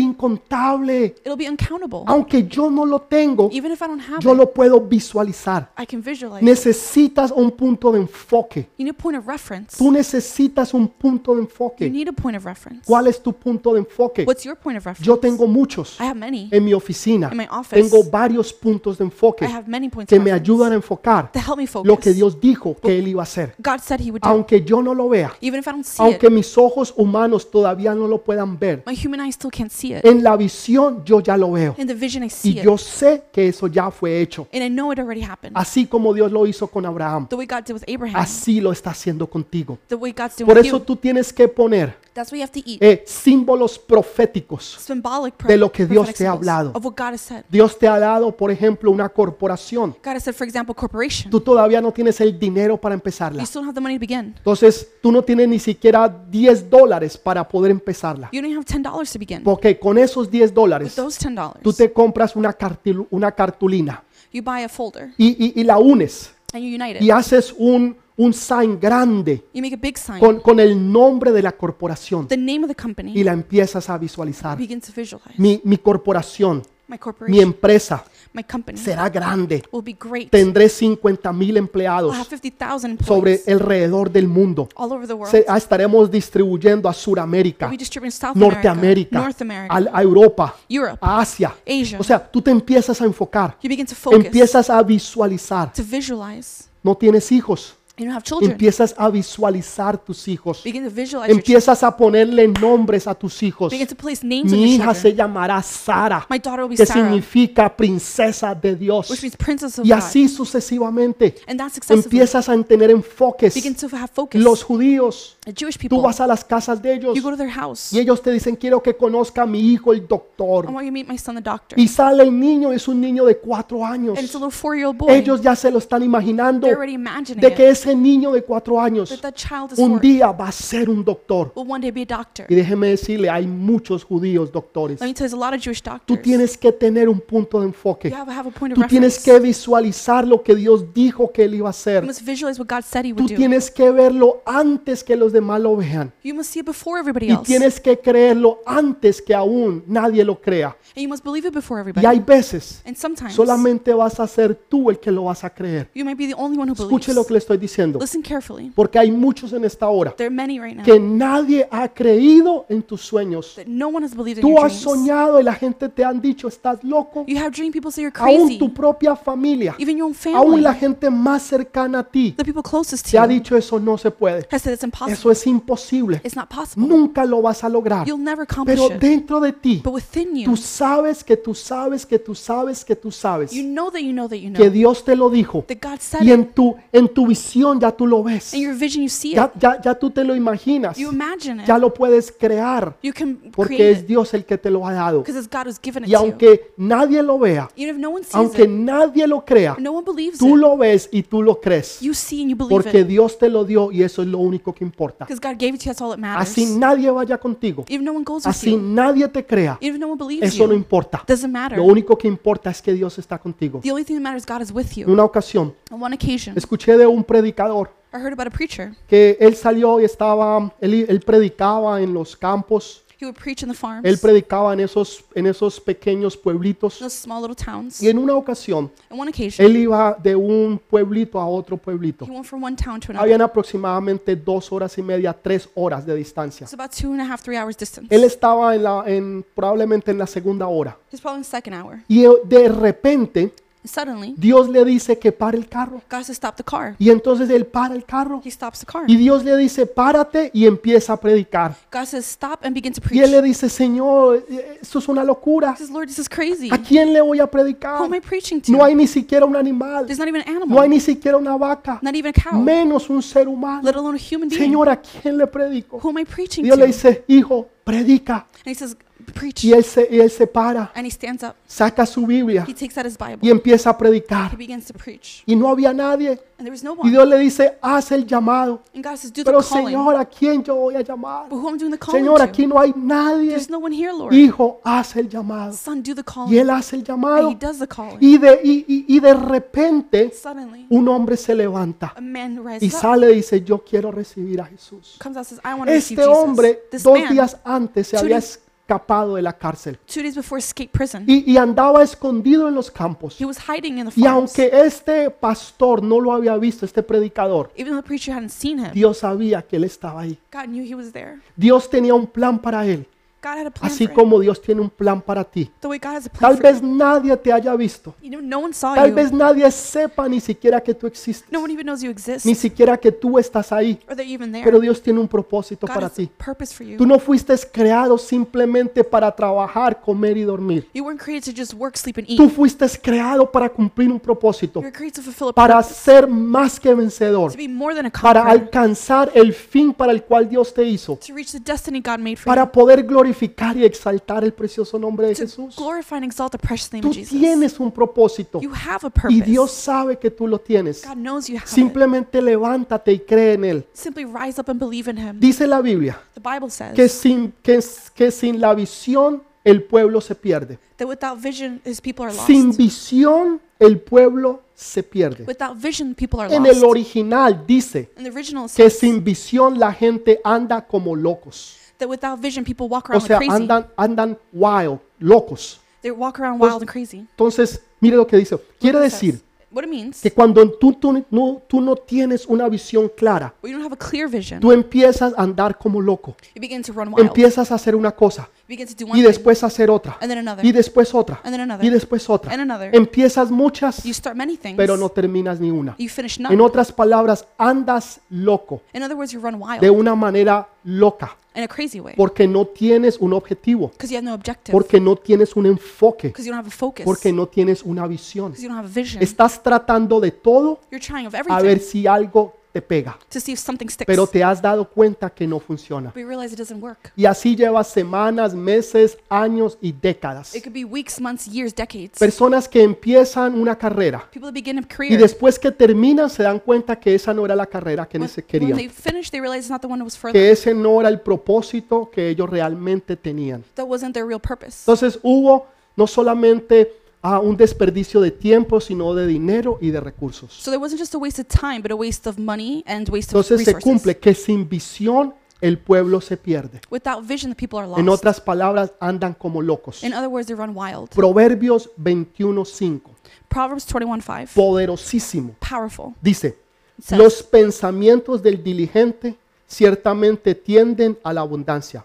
Speaker 1: incontable.
Speaker 2: It'll be uncountable.
Speaker 1: Aunque yo no lo tengo,
Speaker 2: Even if I don't have
Speaker 1: yo
Speaker 2: it,
Speaker 1: lo puedo visualizar.
Speaker 2: I can visualize. it.
Speaker 1: Necesitas un punto de enfoque.
Speaker 2: You need a point of reference.
Speaker 1: Tú necesitas un punto de
Speaker 2: You
Speaker 1: enfoque.
Speaker 2: need a point of reference.
Speaker 1: ¿Cuál es tu punto de enfoque?
Speaker 2: What's your point of reference?
Speaker 1: Yo tengo muchos
Speaker 2: I have many.
Speaker 1: en mi oficina.
Speaker 2: In my office.
Speaker 1: Tengo varios puntos de
Speaker 2: I
Speaker 1: enfoque
Speaker 2: have many points
Speaker 1: que
Speaker 2: of
Speaker 1: me
Speaker 2: reference
Speaker 1: ayudan a enfocar
Speaker 2: to help me focus.
Speaker 1: lo que Dios dijo que Él iba a hacer.
Speaker 2: God said He would do.
Speaker 1: Aunque yo no lo vea,
Speaker 2: Even if I don't see
Speaker 1: aunque
Speaker 2: it,
Speaker 1: mis ojos humanos todavía no lo puedan ver,
Speaker 2: my human eyes still can't see it.
Speaker 1: en la visión yo ya lo veo.
Speaker 2: In the vision, I see
Speaker 1: Eh, Y
Speaker 2: it.
Speaker 1: yo sé que eso ya fue hecho.
Speaker 2: And I know it already happened.
Speaker 1: Así como Dios lo hizo con Abraham,
Speaker 2: The way God did with Abraham,
Speaker 1: así lo está haciendo contigo.
Speaker 2: the way God's doing
Speaker 1: Por
Speaker 2: with
Speaker 1: eso
Speaker 2: you.
Speaker 1: tú tienes que poner
Speaker 2: That's what you have to eat.
Speaker 1: eh, símbolos proféticos.
Speaker 2: Symbolic
Speaker 1: de lo que Dios
Speaker 2: prophetic
Speaker 1: te ha
Speaker 2: symbols
Speaker 1: hablado.
Speaker 2: Of what God has said.
Speaker 1: Dios te ha dado, por ejemplo, una corporación.
Speaker 2: God has said, for example, corporation.
Speaker 1: Tú todavía no tienes el dinero para empezarla.
Speaker 2: You still don't have the money to begin.
Speaker 1: Entonces, tú no tienes ni siquiera 10 dólares para poder empezarla.
Speaker 2: You don't even have ten dollars to begin.
Speaker 1: Porque con esos 10
Speaker 2: With
Speaker 1: dólares,
Speaker 2: those ten dollars,
Speaker 1: tú te compras una, cartil- una cartulina
Speaker 2: you buy a folder
Speaker 1: y, y- y la unes
Speaker 2: and you unite
Speaker 1: y
Speaker 2: it.
Speaker 1: haces un, un sign grande
Speaker 2: You make a big sign.
Speaker 1: con, con el nombre de la corporación
Speaker 2: The name of the company.
Speaker 1: y la empiezas a visualizar.
Speaker 2: Begin to visualize.
Speaker 1: Mi, mi corporación,
Speaker 2: My
Speaker 1: mi
Speaker 2: corporation.
Speaker 1: empresa
Speaker 2: My company.
Speaker 1: será grande.
Speaker 2: Will be great.
Speaker 1: Tendré 50 mil
Speaker 2: I'll have
Speaker 1: empleados
Speaker 2: 50,000
Speaker 1: sobre
Speaker 2: employees
Speaker 1: alrededor del mundo.
Speaker 2: all over the world.
Speaker 1: Se- ah, estaremos distribuyendo a Suramérica,
Speaker 2: We distribute in South America,
Speaker 1: Norteamérica,
Speaker 2: North America,
Speaker 1: al- a Europa,
Speaker 2: Europe.
Speaker 1: a Asia.
Speaker 2: Asia.
Speaker 1: O sea, tú te empiezas a enfocar,
Speaker 2: You begin to focus,
Speaker 1: empiezas a visualizar.
Speaker 2: to visualize.
Speaker 1: No tienes hijos,
Speaker 2: You don't have children.
Speaker 1: empiezas a visualizar tus hijos.
Speaker 2: Begin to visualize your children.
Speaker 1: Empiezas a ponerle nombres a tus hijos.
Speaker 2: Begin to place names on
Speaker 1: Mi
Speaker 2: your
Speaker 1: hija
Speaker 2: children.
Speaker 1: se llamará Sara,
Speaker 2: My daughter will be
Speaker 1: que
Speaker 2: Sarah,
Speaker 1: significa princesa de
Speaker 2: which
Speaker 1: Dios.
Speaker 2: means princess of
Speaker 1: Y
Speaker 2: God.
Speaker 1: así sucesivamente.
Speaker 2: And that's successfully.
Speaker 1: Empiezas a tener enfoques.
Speaker 2: Begin to have focus.
Speaker 1: Los judíos,
Speaker 2: The Jewish
Speaker 1: tú
Speaker 2: people,
Speaker 1: vas a las casas de ellos
Speaker 2: you go to their house.
Speaker 1: y ellos te dicen, quiero que conozca a mi hijo, el doctor.
Speaker 2: I want you to meet Oh my son, the doctor.
Speaker 1: Y sale el niño, es un niño de cuatro años.
Speaker 2: And it's a little four-year-old boy.
Speaker 1: Ellos ya se lo están imaginando
Speaker 2: They're already imagining
Speaker 1: de
Speaker 2: it.
Speaker 1: que ese niño de cuatro años
Speaker 2: That that child is
Speaker 1: un
Speaker 2: four.
Speaker 1: día va a ser un doctor.
Speaker 2: Will one day be a doctor.
Speaker 1: Y déjeme decirle, hay muchos judíos doctores.
Speaker 2: Let me tell you, there's a lot of Jewish
Speaker 1: Tú
Speaker 2: doctors.
Speaker 1: tienes que tener un punto de enfoque.
Speaker 2: You have, have a point of
Speaker 1: Tú tienes
Speaker 2: reference.
Speaker 1: que visualizar lo que Dios dijo que él iba a
Speaker 2: You
Speaker 1: hacer.
Speaker 2: must visualize what God said He would
Speaker 1: Tú
Speaker 2: do.
Speaker 1: tienes que verlo antes que los demás lo vean.
Speaker 2: You must see it before everybody
Speaker 1: Y
Speaker 2: else. And
Speaker 1: tienes que creerlo antes que aún nadie lo crea.
Speaker 2: you must believe it before
Speaker 1: Y hay
Speaker 2: everybody.
Speaker 1: veces,
Speaker 2: And sometimes
Speaker 1: solamente vas a ser tú el que lo vas a creer.
Speaker 2: you might be the only one who believes.
Speaker 1: Escuche lo que le estoy diciendo,
Speaker 2: Listen carefully.
Speaker 1: porque hay muchos en esta hora
Speaker 2: There are many right now
Speaker 1: que nadie ha creído en tus sueños.
Speaker 2: that no one has believed in
Speaker 1: Tú
Speaker 2: your
Speaker 1: has
Speaker 2: dreams.
Speaker 1: soñado y la gente te han dicho, estás loco.
Speaker 2: You have dream people say you're
Speaker 1: Aún tu
Speaker 2: crazy.
Speaker 1: propia familia,
Speaker 2: Even your own
Speaker 1: aún
Speaker 2: family,
Speaker 1: la gente más cercana a ti,
Speaker 2: the people closest
Speaker 1: te ha
Speaker 2: to you,
Speaker 1: dicho eso no se puede.
Speaker 2: has said it's impossible.
Speaker 1: Eso es imposible.
Speaker 2: It's not possible.
Speaker 1: Nunca lo vas a lograr.
Speaker 2: You'll never accomplish
Speaker 1: Pero
Speaker 2: it.
Speaker 1: dentro de ti,
Speaker 2: But within you,
Speaker 1: Tú sabes que tú sabes que tú sabes que tú sabes
Speaker 2: you know that you know that you
Speaker 1: que
Speaker 2: know
Speaker 1: Dios te lo dijo
Speaker 2: that God said
Speaker 1: y
Speaker 2: it.
Speaker 1: en tu en tu visión ya tú lo ves.
Speaker 2: In your vision, you see it.
Speaker 1: Ya, ya, ya tú te lo imaginas.
Speaker 2: You imagine
Speaker 1: Ya
Speaker 2: it.
Speaker 1: lo puedes crear
Speaker 2: You can create
Speaker 1: porque es
Speaker 2: it
Speaker 1: Dios el que te lo ha dado.
Speaker 2: because it's God who's given it
Speaker 1: Y
Speaker 2: to you.
Speaker 1: aunque nadie lo vea,
Speaker 2: Even if no one sees
Speaker 1: aunque
Speaker 2: it,
Speaker 1: nadie lo crea,
Speaker 2: no one believes
Speaker 1: tú
Speaker 2: it,
Speaker 1: lo ves y tú lo crees
Speaker 2: you see and you believe
Speaker 1: porque
Speaker 2: it
Speaker 1: Dios te lo dio y eso es lo único que importa.
Speaker 2: because God gave it to you. That's all that matters.
Speaker 1: Así nadie vaya contigo,
Speaker 2: Even if no one goes with
Speaker 1: así
Speaker 2: you,
Speaker 1: nadie te crea,
Speaker 2: even if no one believes
Speaker 1: eso no
Speaker 2: you,
Speaker 1: importa.
Speaker 2: doesn't matter.
Speaker 1: Lo único que importa es que Dios está contigo.
Speaker 2: The only thing that matters is God is with
Speaker 1: En
Speaker 2: you.
Speaker 1: una ocasión
Speaker 2: On one occasion,
Speaker 1: escuché de un predicador
Speaker 2: I heard about a preacher.
Speaker 1: que él salió y estaba, él, él predicaba en los campos,
Speaker 2: He would preach in the farms,
Speaker 1: él
Speaker 2: in
Speaker 1: predicaba en esos, en esos pequeños pueblitos.
Speaker 2: those small little towns.
Speaker 1: Y en una ocasión,
Speaker 2: On one occasion,
Speaker 1: él iba de un pueblito a otro pueblito.
Speaker 2: he went from one town to another.
Speaker 1: Habían aproximadamente dos horas y media, tres horas de distancia.
Speaker 2: It's about two and a half, three hours distance.
Speaker 1: Él estaba en la, en, probablemente en la segunda hora.
Speaker 2: He's probably in the second hour.
Speaker 1: Y eh, de repente,
Speaker 2: Suddenly,
Speaker 1: Dios le dice que pare el carro.
Speaker 2: God says, stop the car.
Speaker 1: Y entonces él para el carro.
Speaker 2: He stops the car.
Speaker 1: Y Dios le dice, párate y empieza a predicar.
Speaker 2: God says, stop and begin to
Speaker 1: Y
Speaker 2: preach.
Speaker 1: él le dice, Señor, eh, esto es una locura.
Speaker 2: He says, Lord, this is crazy.
Speaker 1: ¿A quién le voy a
Speaker 2: Who
Speaker 1: predicar?
Speaker 2: am I preaching to?
Speaker 1: No hay ni siquiera un animal.
Speaker 2: There's not even an animal,
Speaker 1: No hay ni siquiera una vaca.
Speaker 2: not even a cow,
Speaker 1: Menos un ser humano.
Speaker 2: let alone a human being.
Speaker 1: Señor, ¿a quién le predico?
Speaker 2: Who am I preaching
Speaker 1: Dios
Speaker 2: to?
Speaker 1: le dice, hijo, predica.
Speaker 2: and he says, preach.
Speaker 1: Y él se, y él se para,
Speaker 2: And he stands up.
Speaker 1: saca su Biblia
Speaker 2: He takes out his Bible.
Speaker 1: y empieza a
Speaker 2: He
Speaker 1: predicar.
Speaker 2: begins to preach.
Speaker 1: Y no había nadie.
Speaker 2: And there was no
Speaker 1: Y
Speaker 2: one.
Speaker 1: Dios le dice, haz el llamado.
Speaker 2: And God says, do the
Speaker 1: Pero
Speaker 2: calling.
Speaker 1: Señor, ¿a quién yo voy a llamar?
Speaker 2: but who am I doing the calling
Speaker 1: Señor,
Speaker 2: to?
Speaker 1: aquí no hay nadie.
Speaker 2: There's no one here, Lord.
Speaker 1: Hijo, haz el llamado.
Speaker 2: Son, do the calling.
Speaker 1: Y él hace el
Speaker 2: and he
Speaker 1: llamado.
Speaker 2: does the calling.
Speaker 1: Y de, y, y- y de repente
Speaker 2: Suddenly,
Speaker 1: un hombre se levanta
Speaker 2: a man
Speaker 1: y
Speaker 2: rises up,
Speaker 1: sale y dice, yo quiero recibir a Jesús.
Speaker 2: comes out says, I want to receive
Speaker 1: Este hombre
Speaker 2: Jesus. This
Speaker 1: dos
Speaker 2: man,
Speaker 1: días antes se
Speaker 2: two
Speaker 1: había
Speaker 2: days-
Speaker 1: escapado de la cárcel
Speaker 2: two days before, escaped prison.
Speaker 1: y, y andaba escondido en los campos.
Speaker 2: He was hiding in the
Speaker 1: Y
Speaker 2: farms.
Speaker 1: aunque este pastor no lo había visto, este predicador,
Speaker 2: Even though the preacher hadn't seen him,
Speaker 1: Dios sabía que él estaba ahí.
Speaker 2: God knew he was there.
Speaker 1: Dios tenía un plan para él.
Speaker 2: God had a plan
Speaker 1: Así
Speaker 2: for him.
Speaker 1: como Dios tiene un plan para ti.
Speaker 2: The way God has a plan
Speaker 1: Tal
Speaker 2: for you.
Speaker 1: vez nadie te haya visto.
Speaker 2: You know, no one saw
Speaker 1: Tal
Speaker 2: you.
Speaker 1: vez nadie sepa ni siquiera que tú existes.
Speaker 2: no one even knows you exist
Speaker 1: Ni siquiera que tú estás ahí.
Speaker 2: or that you're even there.
Speaker 1: Pero Dios tiene un propósito
Speaker 2: God
Speaker 1: para
Speaker 2: has a
Speaker 1: ti.
Speaker 2: purpose for you.
Speaker 1: Tú no fuiste creado simplemente para trabajar, comer y dormir.
Speaker 2: You weren't created to just work, sleep, and eat.
Speaker 1: Tú fuiste creado para cumplir un propósito,
Speaker 2: You were created to fulfill a
Speaker 1: para
Speaker 2: purpose,
Speaker 1: ser más que vencedor,
Speaker 2: to be more than a
Speaker 1: para
Speaker 2: conqueror,
Speaker 1: alcanzar el fin para el cual Dios te hizo,
Speaker 2: to reach the destiny God made for
Speaker 1: para poder glorificar y exaltar el precioso nombre de
Speaker 2: you, to
Speaker 1: Jesús.
Speaker 2: glorify and exalt the precious name
Speaker 1: Tú
Speaker 2: of Jesus.
Speaker 1: tienes un propósito
Speaker 2: You have a
Speaker 1: y
Speaker 2: purpose.
Speaker 1: Dios sabe que tú lo tienes.
Speaker 2: God knows you have it.
Speaker 1: Simplemente levántate y cree en Él.
Speaker 2: Simply rise up and believe in Him.
Speaker 1: Dice la Biblia
Speaker 2: The Bible says
Speaker 1: que sin, que, que sin la visión el pueblo se pierde.
Speaker 2: that without vision, His people are lost.
Speaker 1: Sin visión el pueblo se pierde.
Speaker 2: Without vision, people are
Speaker 1: En el
Speaker 2: lost.
Speaker 1: original dice
Speaker 2: In the original
Speaker 1: que
Speaker 2: sense,
Speaker 1: sin visión la gente anda como locos.
Speaker 2: that without vision, people walk
Speaker 1: O
Speaker 2: around
Speaker 1: sea,
Speaker 2: like crazy.
Speaker 1: andan, andan wild, locos.
Speaker 2: They walk around wild and crazy.
Speaker 1: Entonces, mire lo que dice. Quiere
Speaker 2: It says-
Speaker 1: decir
Speaker 2: what it means,
Speaker 1: que cuando tú, tú no, tú no tienes una visión clara,
Speaker 2: when you don't have a clear vision,
Speaker 1: tú empiezas a andar como loco.
Speaker 2: you begin to run wild. You
Speaker 1: Empiezas a hacer una cosa
Speaker 2: begin to do one
Speaker 1: y
Speaker 2: thing,
Speaker 1: después a hacer otra
Speaker 2: and then another,
Speaker 1: y después otra
Speaker 2: and then
Speaker 1: y
Speaker 2: another.
Speaker 1: después otra.
Speaker 2: And another.
Speaker 1: Empiezas muchas,
Speaker 2: You start many things,
Speaker 1: pero no terminas ni una.
Speaker 2: you finish
Speaker 1: En
Speaker 2: none.
Speaker 1: otras palabras, andas loco,
Speaker 2: In other words, you run wild
Speaker 1: de una manera loca,
Speaker 2: in a crazy way
Speaker 1: porque no tienes un objetivo,
Speaker 2: because you have no objective,
Speaker 1: porque no tienes un enfoque,
Speaker 2: because you don't have a focus,
Speaker 1: porque
Speaker 2: because
Speaker 1: no tienes una visión.
Speaker 2: you don't have a vision.
Speaker 1: Estás tratando de todo
Speaker 2: You're trying of
Speaker 1: a ver
Speaker 2: everything
Speaker 1: si algo te pega,
Speaker 2: to see if something sticks,
Speaker 1: pero
Speaker 2: but
Speaker 1: te has dado cuenta que no funciona.
Speaker 2: you realize it doesn't work.
Speaker 1: Y así llevas semanas, meses, años y décadas.
Speaker 2: It could be weeks, months, years, decades.
Speaker 1: Personas que empiezan una carrera
Speaker 2: People that begin a
Speaker 1: y
Speaker 2: career,
Speaker 1: después que terminan se dan cuenta que esa no era la carrera que
Speaker 2: when,
Speaker 1: se
Speaker 2: when
Speaker 1: querían.
Speaker 2: they finish, they realize it's not the one that was for them.
Speaker 1: que ese no era el propósito que ellos realmente tenían.
Speaker 2: That wasn't their real purpose.
Speaker 1: Entonces hubo no solamente ah, un desperdicio de tiempo, sino de dinero y de recursos.
Speaker 2: So there wasn't just a waste of time, but a waste of money and waste of
Speaker 1: Entonces se
Speaker 2: resources.
Speaker 1: cumple que sin visión el pueblo se pierde.
Speaker 2: Without vision, the people are
Speaker 1: En
Speaker 2: lost.
Speaker 1: otras palabras, andan como locos.
Speaker 2: In other words, they run wild.
Speaker 1: Proverbios 21.5,
Speaker 2: Proverbs 21:5,
Speaker 1: poderosísimo,
Speaker 2: powerful.
Speaker 1: dice,
Speaker 2: It says,
Speaker 1: los pensamientos del diligente ciertamente tienden a la abundancia,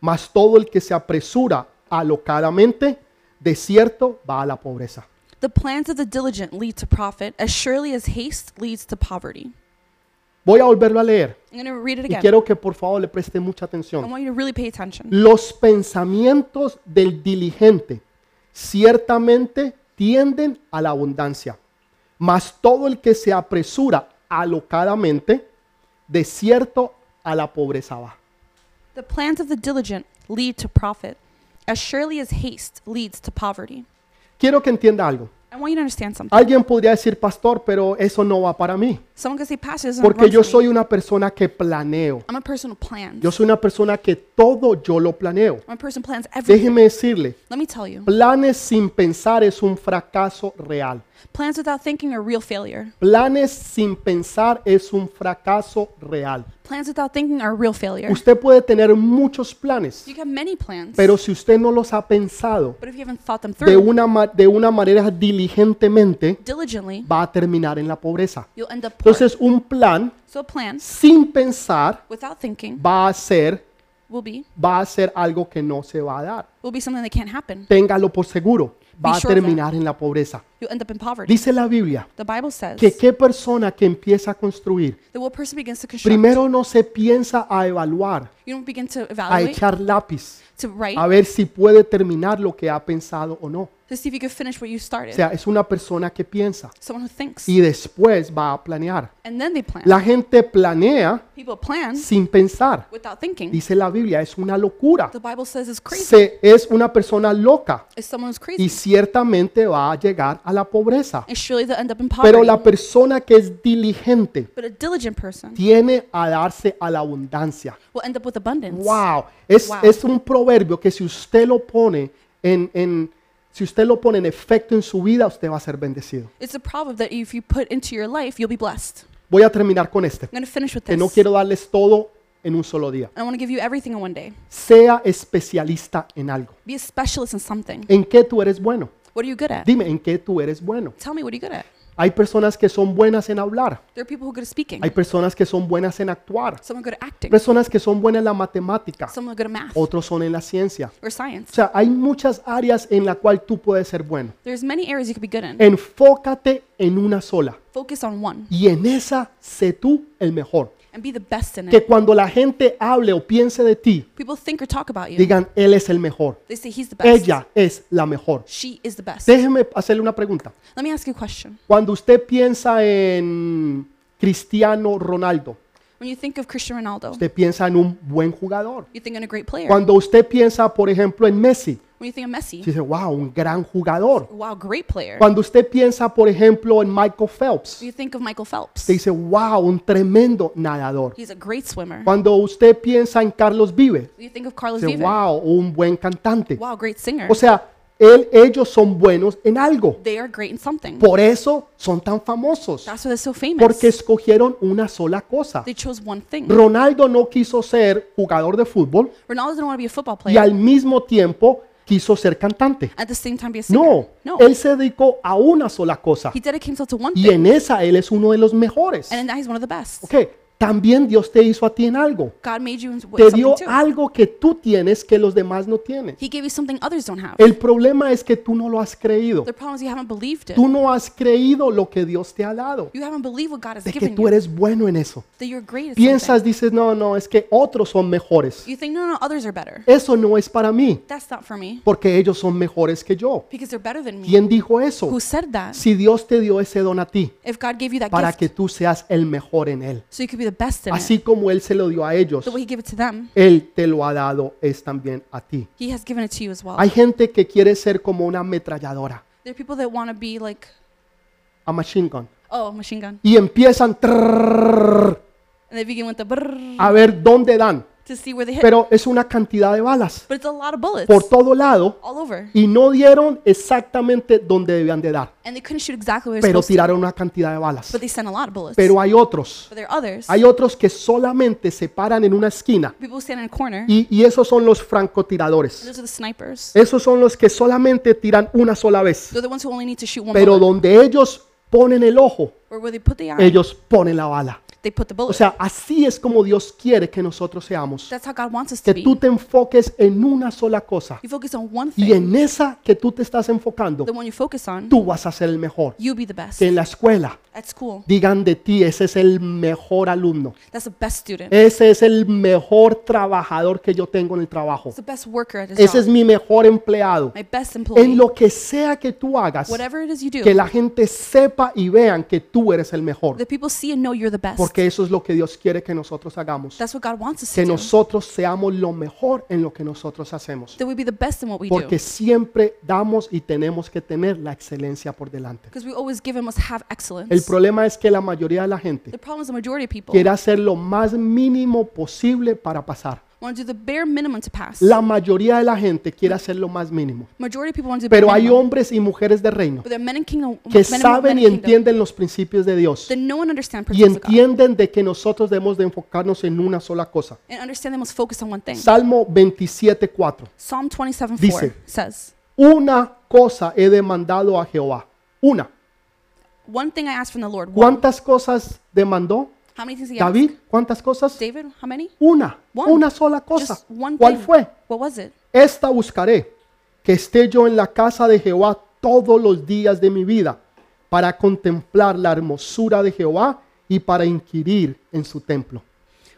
Speaker 1: mas todo el que se apresura alocadamente, de cierto va a la pobreza.
Speaker 2: the plans of the diligent lead to profit, as surely as haste leads to poverty.
Speaker 1: Voy a volverlo a leer
Speaker 2: I'm going to read it
Speaker 1: y
Speaker 2: again.
Speaker 1: quiero que por favor le preste mucha
Speaker 2: I
Speaker 1: atención.
Speaker 2: want you to really pay attention.
Speaker 1: Los pensamientos del diligente ciertamente tienden a la abundancia, mas todo el que se apresura alocadamente, de cierto a la pobreza va.
Speaker 2: The plans of the diligent lead to profit, as surely as haste leads to poverty.
Speaker 1: Quiero que entienda algo.
Speaker 2: I want you to understand something.
Speaker 1: Alguien podría decir, pastor, pero eso no va para mí,
Speaker 2: Someone could say, Pastor, this doesn't
Speaker 1: Ah, porque
Speaker 2: run
Speaker 1: yo
Speaker 2: for me.
Speaker 1: soy una persona que planeo.
Speaker 2: I'm a person who plans.
Speaker 1: Yo soy una persona que todo yo lo planeo.
Speaker 2: I'm a person who plans everything.
Speaker 1: Déjeme decirle,
Speaker 2: Let me tell you,
Speaker 1: planes sin pensar es un fracaso real.
Speaker 2: plans without thinking are real failure.
Speaker 1: Planes sin pensar es un fracaso real.
Speaker 2: Plans without thinking are real failure.
Speaker 1: Usted puede tener muchos planes,
Speaker 2: You have many plans,
Speaker 1: pero si usted no los ha pensado
Speaker 2: but if you haven't thought them
Speaker 1: de
Speaker 2: through
Speaker 1: una, ma- de una manera diligentemente,
Speaker 2: diligently,
Speaker 1: va a terminar en la pobreza.
Speaker 2: you'll end up poor.
Speaker 1: Entonces, un plan
Speaker 2: so a plan
Speaker 1: sin pensar
Speaker 2: without thinking
Speaker 1: va a ser
Speaker 2: will be
Speaker 1: va a ser algo que no se va a dar.
Speaker 2: will be something that can't happen.
Speaker 1: Téngalo por seguro, va
Speaker 2: Be
Speaker 1: a
Speaker 2: sure of that.
Speaker 1: terminar en la pobreza.
Speaker 2: You'll end up in poverty.
Speaker 1: Dice la Biblia
Speaker 2: The Bible says
Speaker 1: que qué persona que empieza a construir
Speaker 2: that what person begins to construct,
Speaker 1: Primero no se piensa a evaluar,
Speaker 2: you don't begin to
Speaker 1: a
Speaker 2: evaluate,
Speaker 1: echar lápiz,
Speaker 2: to write,
Speaker 1: a ver si puede terminar lo que ha pensado o no. O
Speaker 2: to see if you could finish what you started.
Speaker 1: sea, es una persona que piensa
Speaker 2: Someone who thinks,
Speaker 1: y después va a planear.
Speaker 2: and then they plan.
Speaker 1: La gente planea
Speaker 2: People plan
Speaker 1: sin pensar.
Speaker 2: without thinking.
Speaker 1: Dice la Biblia, es una locura.
Speaker 2: The Bible says it's crazy.
Speaker 1: Se, es una persona loca
Speaker 2: It's someone who's
Speaker 1: y
Speaker 2: crazy,
Speaker 1: ciertamente va a llegar a la pobreza.
Speaker 2: and surely they'll end up in
Speaker 1: Pero
Speaker 2: poverty.
Speaker 1: la persona que es diligente
Speaker 2: But a diligent person
Speaker 1: tiene a darse a la abundancia.
Speaker 2: will end up with abundance.
Speaker 1: Wow, es,
Speaker 2: Wow.
Speaker 1: es un proverbio que si usted lo pone en, en- si usted lo pone en efecto en su vida, usted va a ser bendecido.
Speaker 2: It's a proverb that if you put into your life, you'll be blessed.
Speaker 1: Voy a terminar con este,
Speaker 2: I'm going to finish with
Speaker 1: que
Speaker 2: this.
Speaker 1: no quiero darles todo en un solo día.
Speaker 2: I want to give you everything in one day.
Speaker 1: Sea especialista en algo.
Speaker 2: Be a specialist in something.
Speaker 1: ¿En qué tú eres bueno?
Speaker 2: What are you good at?
Speaker 1: Dime, ¿en qué tú eres bueno?
Speaker 2: Tell me what are you good at?
Speaker 1: Hay personas que son buenas en hablar,
Speaker 2: There are people who are good at speaking.
Speaker 1: hay personas que son buenas en actuar,
Speaker 2: Some are good at acting.
Speaker 1: personas que son buenas en la matemática,
Speaker 2: Some are good at math
Speaker 1: otros son en la ciencia.
Speaker 2: or
Speaker 1: O
Speaker 2: science.
Speaker 1: sea, hay muchas áreas en la cual tú puedes ser bueno.
Speaker 2: There's many areas you could be good in.
Speaker 1: Enfócate en una sola
Speaker 2: Focus on one
Speaker 1: y en esa sé tú el mejor.
Speaker 2: and be the best in
Speaker 1: Que
Speaker 2: it.
Speaker 1: cuando la gente hable o piense de ti,
Speaker 2: People think or talk about you.
Speaker 1: digan, él es el mejor,
Speaker 2: They say he's the best.
Speaker 1: ella es la mejor.
Speaker 2: She is the best.
Speaker 1: Déjeme hacerle una pregunta.
Speaker 2: Let me ask you a question.
Speaker 1: Cuando usted piensa en Cristiano Ronaldo,
Speaker 2: When you think of Cristiano Ronaldo,
Speaker 1: usted piensa en un buen jugador.
Speaker 2: you think in a great player. When
Speaker 1: Cuando usted piensa, por ejemplo, en Messi,
Speaker 2: you think of
Speaker 1: usted
Speaker 2: Messi,
Speaker 1: dice, wow, un gran jugador.
Speaker 2: wow, great player. When
Speaker 1: Cuando usted piensa, por ejemplo, en Michael Phelps,
Speaker 2: you think of Michael Phelps,
Speaker 1: usted dice, wow, un tremendo nadador.
Speaker 2: he's a great swimmer. When
Speaker 1: Cuando usted piensa en Carlos Vives,
Speaker 2: you think of Carlos
Speaker 1: dice,
Speaker 2: Vives,
Speaker 1: wow, un buen cantante.
Speaker 2: wow, great singer.
Speaker 1: O sea, él- ellos son buenos en algo.
Speaker 2: They are great in something.
Speaker 1: Por eso son tan famosos.
Speaker 2: That's why they're so
Speaker 1: Porque
Speaker 2: famous.
Speaker 1: escogieron una sola cosa.
Speaker 2: They chose one thing.
Speaker 1: Ronaldo no quiso ser jugador de fútbol
Speaker 2: Ronaldo didn't want to be a football
Speaker 1: y
Speaker 2: player.
Speaker 1: al mismo tiempo quiso ser cantante.
Speaker 2: At the same time, be a singer.
Speaker 1: No, él se dedicó a una sola cosa
Speaker 2: He dedicated himself to one
Speaker 1: y
Speaker 2: thing,
Speaker 1: en esa él es uno de los mejores.
Speaker 2: and in that he's one of the best.
Speaker 1: Ok, también Dios te hizo a ti en algo.
Speaker 2: God made you into
Speaker 1: Te
Speaker 2: with
Speaker 1: dio
Speaker 2: something too.
Speaker 1: algo que tú tienes que los demás no tienen.
Speaker 2: He gave you something others don't have.
Speaker 1: El problema es que tú no lo has creído.
Speaker 2: The problem is you haven't believed it.
Speaker 1: Tú no has creído lo que Dios te ha dado.
Speaker 2: You haven't believed what God has
Speaker 1: De que
Speaker 2: given
Speaker 1: tú
Speaker 2: you.
Speaker 1: eres bueno en eso.
Speaker 2: That you're great at something.
Speaker 1: Piensas, dices, no, no, es que otros son mejores.
Speaker 2: You think, no, no, others are better.
Speaker 1: Eso no es para mí.
Speaker 2: That's not for me
Speaker 1: porque ellos son mejores que yo.
Speaker 2: because they're better than me.
Speaker 1: ¿Quién dijo eso?
Speaker 2: Who said that?
Speaker 1: Si Dios te dio ese don a ti,
Speaker 2: If God gave you that
Speaker 1: para que
Speaker 2: gift,
Speaker 1: tú seas el mejor en él.
Speaker 2: so you could be the best in it,
Speaker 1: Así como Él se lo dio a ellos,
Speaker 2: the way He gave it to them,
Speaker 1: Él te lo ha dado es también a ti.
Speaker 2: He has given it to you as well.
Speaker 1: Hay gente que quiere ser como una ametralladora,
Speaker 2: There are people that want to be like,
Speaker 1: a machine gun,
Speaker 2: oh, machine gun,
Speaker 1: y empiezan trrrrrrr,
Speaker 2: and they begin with the brrrr
Speaker 1: a ver dónde dan,
Speaker 2: to see where they hit.
Speaker 1: pero es una cantidad de balas
Speaker 2: But it's a lot of bullets
Speaker 1: por todo lado
Speaker 2: all over,
Speaker 1: y no dieron exactamente donde debían de dar,
Speaker 2: and they couldn't shoot exactly where they're
Speaker 1: pero
Speaker 2: supposed to.
Speaker 1: tiraron una cantidad de balas.
Speaker 2: But they sent a lot of bullets. But
Speaker 1: Pero hay otros
Speaker 2: there are others.
Speaker 1: Hay otros que solamente se paran en una esquina
Speaker 2: People stand in a corner.
Speaker 1: y, y esos son los francotiradores.
Speaker 2: Those are the snipers.
Speaker 1: Esos son los que solamente tiran una sola vez.
Speaker 2: They're the ones who only need to shoot one
Speaker 1: Pero
Speaker 2: bullet.
Speaker 1: donde ellos ponen el ojo,
Speaker 2: Or where they put the eye,
Speaker 1: ellos ponen la bala.
Speaker 2: they put the
Speaker 1: O
Speaker 2: bullet.
Speaker 1: sea, así es como Dios quiere que nosotros seamos.
Speaker 2: That's how God wants us to
Speaker 1: Que
Speaker 2: be.
Speaker 1: tú te enfoques en una sola cosa.
Speaker 2: You focus on one
Speaker 1: Y
Speaker 2: thing.
Speaker 1: en esa que tú te estás enfocando,
Speaker 2: The one you focus on,
Speaker 1: tú vas a ser el mejor.
Speaker 2: you be the best.
Speaker 1: Que en la escuela
Speaker 2: At school,
Speaker 1: digan de ti, ese es el mejor alumno.
Speaker 2: that's the best student.
Speaker 1: Ese es el mejor trabajador que yo tengo en el trabajo.
Speaker 2: It's the best worker at his
Speaker 1: Ese es
Speaker 2: job.
Speaker 1: mi mejor empleado.
Speaker 2: My best
Speaker 1: En
Speaker 2: employee.
Speaker 1: lo que sea que tú hagas,
Speaker 2: Whatever it is you
Speaker 1: que
Speaker 2: do,
Speaker 1: la gente sepa y vean que tú eres el mejor.
Speaker 2: the people see and know you're the best.
Speaker 1: Porque eso es lo que Dios quiere que nosotros hagamos.
Speaker 2: That's what God wants us
Speaker 1: Que
Speaker 2: to do.
Speaker 1: nosotros seamos lo mejor en lo que nosotros hacemos.
Speaker 2: That we be the best in what we do.
Speaker 1: Porque siempre damos y tenemos que tener la excelencia por delante.
Speaker 2: Because we always give and must have
Speaker 1: El
Speaker 2: excellence.
Speaker 1: problema es que la mayoría de la gente
Speaker 2: The problem is the majority of people
Speaker 1: quiere hacer lo más mínimo posible para pasar.
Speaker 2: want to do the bare minimum to pass.
Speaker 1: La mayoría de la gente quiere hacer lo más mínimo.
Speaker 2: Majority of people want to do the
Speaker 1: Pero
Speaker 2: bare
Speaker 1: hay
Speaker 2: minimum.
Speaker 1: hombres y mujeres de reino
Speaker 2: But there are men in kingdom, men
Speaker 1: que
Speaker 2: and women
Speaker 1: saben
Speaker 2: in
Speaker 1: y
Speaker 2: kingdom
Speaker 1: entienden los principios de Dios
Speaker 2: that no one understands
Speaker 1: y
Speaker 2: principles of God.
Speaker 1: entienden de que nosotros debemos de enfocarnos en una sola cosa.
Speaker 2: And understand they must focus on one thing.
Speaker 1: Salmo 27:4.
Speaker 2: Psalm 27
Speaker 1: Dice.
Speaker 2: 4 says,
Speaker 1: Una cosa he demandado a Jehová. Una.
Speaker 2: One thing I asked from the Lord. One.
Speaker 1: ¿Cuántas cosas demandó
Speaker 2: How many things did he ask?
Speaker 1: David? ¿Cuántas cosas?
Speaker 2: David, how many?
Speaker 1: Una.
Speaker 2: One.
Speaker 1: Una sola cosa.
Speaker 2: Just one
Speaker 1: ¿Cuál
Speaker 2: thing.
Speaker 1: fue?
Speaker 2: What was it?
Speaker 1: Esta buscaré, que esté yo en la casa de Jehová todos los días de mi vida, para contemplar la hermosura de Jehová y para inquirir en su templo.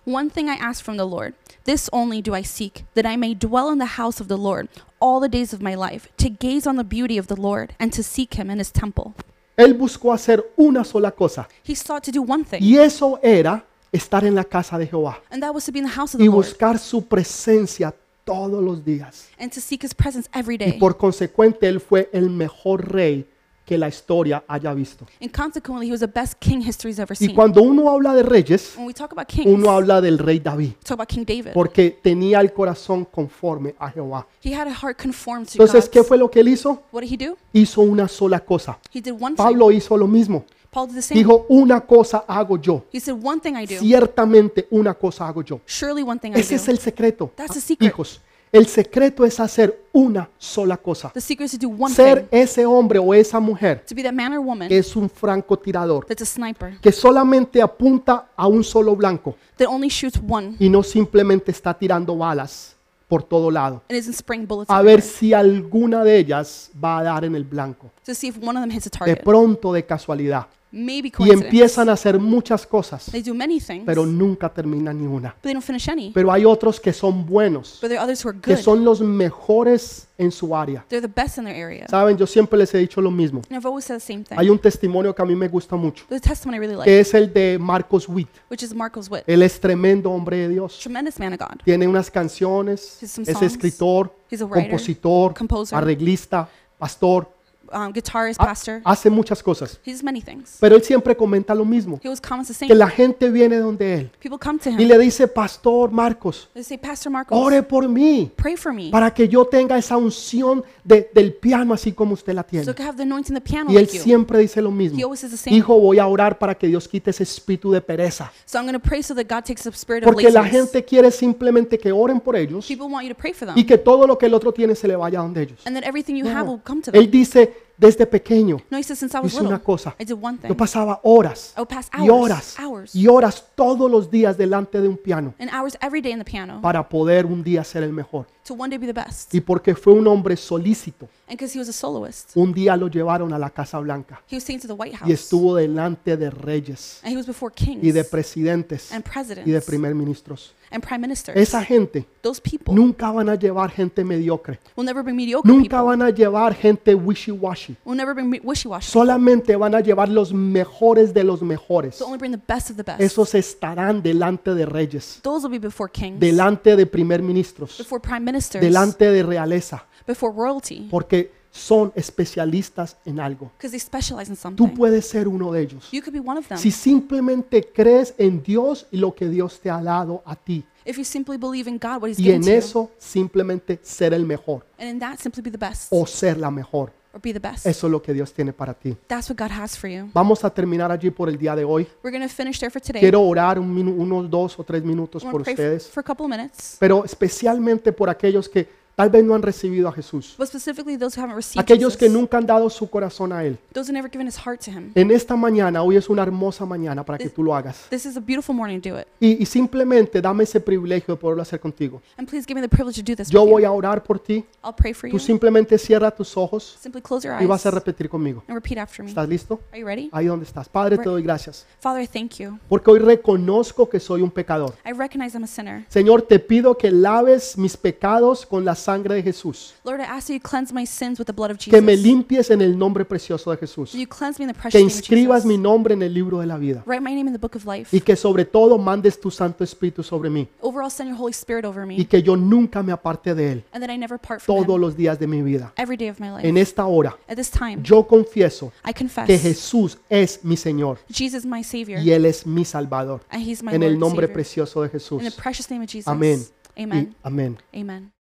Speaker 2: One thing I ask from the Lord. This only do I seek, that I may dwell in the house of the Lord all the days of my life, to gaze on the beauty of the Lord and to seek him in his temple.
Speaker 1: Él buscó hacer una sola cosa,
Speaker 2: He sought to do one thing,
Speaker 1: y eso era estar en la casa de Jehová
Speaker 2: and that was to be in the house of
Speaker 1: y
Speaker 2: the Lord
Speaker 1: buscar su presencia todos los días.
Speaker 2: and to seek his presence every day.
Speaker 1: Por consecuente, él fue el mejor rey que la historia haya visto.
Speaker 2: And consequently, he was the best king history's ever
Speaker 1: Y
Speaker 2: seen.
Speaker 1: cuando uno habla de reyes,
Speaker 2: When we talk about kings,
Speaker 1: uno habla del rey David,
Speaker 2: talk about King David.
Speaker 1: porque tenía el corazón conforme a Jehová.
Speaker 2: He had a heart conformed to
Speaker 1: Entonces,
Speaker 2: God's.
Speaker 1: ¿qué fue lo que él hizo?
Speaker 2: What did he do?
Speaker 1: Hizo una sola cosa.
Speaker 2: He did one thing.
Speaker 1: Pablo hizo lo mismo.
Speaker 2: Paul did the same.
Speaker 1: Dijo, una cosa hago yo.
Speaker 2: He said, One thing I do.
Speaker 1: Ciertamente una cosa hago yo.
Speaker 2: Surely one thing I
Speaker 1: Ese es
Speaker 2: do.
Speaker 1: el secreto.
Speaker 2: That's the
Speaker 1: ah,
Speaker 2: secret.
Speaker 1: Hijos, El secreto es hacer una sola cosa.
Speaker 2: The secret is to do one
Speaker 1: Ser
Speaker 2: thing,
Speaker 1: ese hombre o esa mujer
Speaker 2: to be that man or woman
Speaker 1: que es un francotirador,
Speaker 2: that's a sniper
Speaker 1: que solamente apunta a un solo blanco
Speaker 2: that only shoots one
Speaker 1: y no simplemente está tirando balas por todo lado.
Speaker 2: and isn't spraying bullets
Speaker 1: A ver si alguna de ellas va a dar en el blanco.
Speaker 2: to see if one of them hits a
Speaker 1: De
Speaker 2: target.
Speaker 1: pronto, de casualidad.
Speaker 2: Maybe
Speaker 1: Y
Speaker 2: coincidence.
Speaker 1: empiezan a hacer muchas cosas,
Speaker 2: They do many things,
Speaker 1: pero
Speaker 2: but
Speaker 1: nunca terminan ni una.
Speaker 2: they don't finish any.
Speaker 1: Pero hay otros que son buenos,
Speaker 2: But there are others who are
Speaker 1: que
Speaker 2: good.
Speaker 1: son los mejores en su área.
Speaker 2: They're the best in their area.
Speaker 1: Saben, yo siempre les he dicho lo mismo.
Speaker 2: And I've always said the same thing.
Speaker 1: Hay un testimonio que a mí me gusta mucho,
Speaker 2: There's a testimony I really like,
Speaker 1: que eh, es el de Marcos Witt.
Speaker 2: which is Marcos Witt,
Speaker 1: Él es tremendo hombre de Dios.
Speaker 2: tremendous man of God.
Speaker 1: Tiene unas canciones,
Speaker 2: He's some
Speaker 1: es
Speaker 2: songs.
Speaker 1: escritor,
Speaker 2: He's a writer,
Speaker 1: compositor,
Speaker 2: composer.
Speaker 1: arreglista, pastor,
Speaker 2: Um, guitarist,
Speaker 1: ha-
Speaker 2: pastor.
Speaker 1: hace muchas cosas.
Speaker 2: He does many things.
Speaker 1: Pero él siempre comenta lo mismo,
Speaker 2: He always comments the
Speaker 1: que
Speaker 2: same.
Speaker 1: la gente viene donde él
Speaker 2: People come to
Speaker 1: y
Speaker 2: him.
Speaker 1: le dice, Pastor Marcos,
Speaker 2: They say, Pastor Marcos,
Speaker 1: ore por mí,
Speaker 2: pray for me
Speaker 1: para que yo tenga esa unción de- del piano así como usted la
Speaker 2: so I
Speaker 1: tiene.
Speaker 2: can have the anointing the piano
Speaker 1: Y él
Speaker 2: like you.
Speaker 1: siempre dice lo
Speaker 2: He
Speaker 1: mismo.
Speaker 2: always says the same.
Speaker 1: Hijo, voy a orar para que Dios quite ese espíritu de pereza.
Speaker 2: So I'm going to pray so that God takes the spirit of
Speaker 1: Porque la
Speaker 2: laziness.
Speaker 1: gente quiere simplemente que oren por ellos
Speaker 2: People want you to pray for them.
Speaker 1: y que todo lo que el otro tiene se le vaya donde ellos.
Speaker 2: And then everything you have will come to
Speaker 1: Él
Speaker 2: them.
Speaker 1: dice, desde pequeño,
Speaker 2: No, he says, since I was
Speaker 1: hice una
Speaker 2: little,
Speaker 1: cosa.
Speaker 2: I did one
Speaker 1: Yo
Speaker 2: thing.
Speaker 1: pasaba horas
Speaker 2: I would pass
Speaker 1: y hours
Speaker 2: Oh, hours, hours,
Speaker 1: y horas todos los días delante de un piano
Speaker 2: and hours every day in the piano
Speaker 1: para poder un día ser el mejor.
Speaker 2: to one day be the best.
Speaker 1: Y porque fue un hombre solícito,
Speaker 2: And because he was a soloist,
Speaker 1: un día lo llevaron a la Casa Blanca
Speaker 2: he was taken to the White House.
Speaker 1: y estuvo delante de reyes
Speaker 2: And he was before
Speaker 1: y de
Speaker 2: kings
Speaker 1: presidentes y
Speaker 2: and
Speaker 1: de
Speaker 2: presidents
Speaker 1: primer ministros.
Speaker 2: and prime ministers.
Speaker 1: Esa gente
Speaker 2: Those people
Speaker 1: nunca van a llevar gente mediocre.
Speaker 2: will never bring mediocre
Speaker 1: Nunca
Speaker 2: people.
Speaker 1: van a llevar gente wishy-washy.
Speaker 2: Will never bring wishy-washy.
Speaker 1: Solamente van a llevar los mejores de los mejores.
Speaker 2: They'll only bring the best of the best.
Speaker 1: Esos estarán delante de reyes,
Speaker 2: Those will be before kings,
Speaker 1: delante de primer ministros,
Speaker 2: before prime ministers,
Speaker 1: delante de realeza,
Speaker 2: before royalty,
Speaker 1: porque son especialistas en algo.
Speaker 2: because they specialize in
Speaker 1: Tú
Speaker 2: something.
Speaker 1: puedes ser uno de ellos.
Speaker 2: You could be one of them
Speaker 1: Si simplemente crees en Dios y lo que Dios te ha dado a ti.
Speaker 2: if you simply believe in God, what He's
Speaker 1: Y
Speaker 2: given
Speaker 1: en
Speaker 2: to you,
Speaker 1: eso simplemente ser el mejor
Speaker 2: and in that simply be the best
Speaker 1: o ser la mejor.
Speaker 2: or be the best.
Speaker 1: Eso es lo que Dios tiene para ti.
Speaker 2: That's what God has for you.
Speaker 1: Vamos a terminar allí por el día de hoy.
Speaker 2: We're going to finish there for today.
Speaker 1: Quiero orar un minu- unos dos o tres minutos
Speaker 2: I'm
Speaker 1: por
Speaker 2: going to pray for,
Speaker 1: ustedes,
Speaker 2: for a couple minutes,
Speaker 1: pero especialmente por aquellos que tal vez no han recibido a Jesús,
Speaker 2: but specifically those who haven't received
Speaker 1: aquellos que
Speaker 2: Jesus,
Speaker 1: nunca han dado su corazón a Él.
Speaker 2: those who never given his heart to Him.
Speaker 1: En esta mañana, hoy es una hermosa mañana para que tú lo hagas.
Speaker 2: This is a beautiful morning to do it,
Speaker 1: Y, y simplemente dame ese privilegio de poderlo hacer contigo.
Speaker 2: and please give me the privilege to do this.
Speaker 1: Yo
Speaker 2: with
Speaker 1: voy
Speaker 2: you.
Speaker 1: a orar por ti.
Speaker 2: I'll pray for
Speaker 1: Tú
Speaker 2: you.
Speaker 1: simplemente cierra tus ojos
Speaker 2: Simply close your
Speaker 1: y vas
Speaker 2: eyes
Speaker 1: a
Speaker 2: and
Speaker 1: repetir conmigo.
Speaker 2: repeat after me.
Speaker 1: ¿Estás listo?
Speaker 2: Are you ready?
Speaker 1: Ahí donde estás. Padre, te doy gracias.
Speaker 2: Father, I thank you.
Speaker 1: Porque hoy reconozco que soy un pecador.
Speaker 2: I recognize I'm a sinner.
Speaker 1: Señor, te pido que laves mis pecados con la sangre de Jesús.
Speaker 2: Lord, I ask that you cleanse my sins with the blood of
Speaker 1: Que
Speaker 2: Jesus.
Speaker 1: me limpies en el nombre precioso de Jesús.
Speaker 2: That you cleanse me in the
Speaker 1: Que
Speaker 2: precious name of
Speaker 1: inscribas mi
Speaker 2: Jesus.
Speaker 1: nombre en el libro de la vida.
Speaker 2: Write my name in the book of life.
Speaker 1: Y que sobre todo mandes tu Santo Espíritu sobre mí.
Speaker 2: Overall, send your Holy Spirit over
Speaker 1: Y
Speaker 2: me,
Speaker 1: que yo nunca me aparte de Él
Speaker 2: and that I never part from
Speaker 1: todos
Speaker 2: Him
Speaker 1: los días de mi vida.
Speaker 2: every day of my life.
Speaker 1: En esta hora,
Speaker 2: At this time,
Speaker 1: yo confieso
Speaker 2: I
Speaker 1: que
Speaker 2: confess
Speaker 1: Jesús es mi Señor
Speaker 2: Jesus is my Savior,
Speaker 1: y Él es mi Salvador.
Speaker 2: and He's my
Speaker 1: En
Speaker 2: Lord
Speaker 1: el
Speaker 2: and
Speaker 1: nombre
Speaker 2: Savior.
Speaker 1: precioso de
Speaker 2: In the
Speaker 1: Jesús.
Speaker 2: precious name of Jesus.
Speaker 1: Amén. Y
Speaker 2: Amen.
Speaker 1: amén.
Speaker 2: Amen.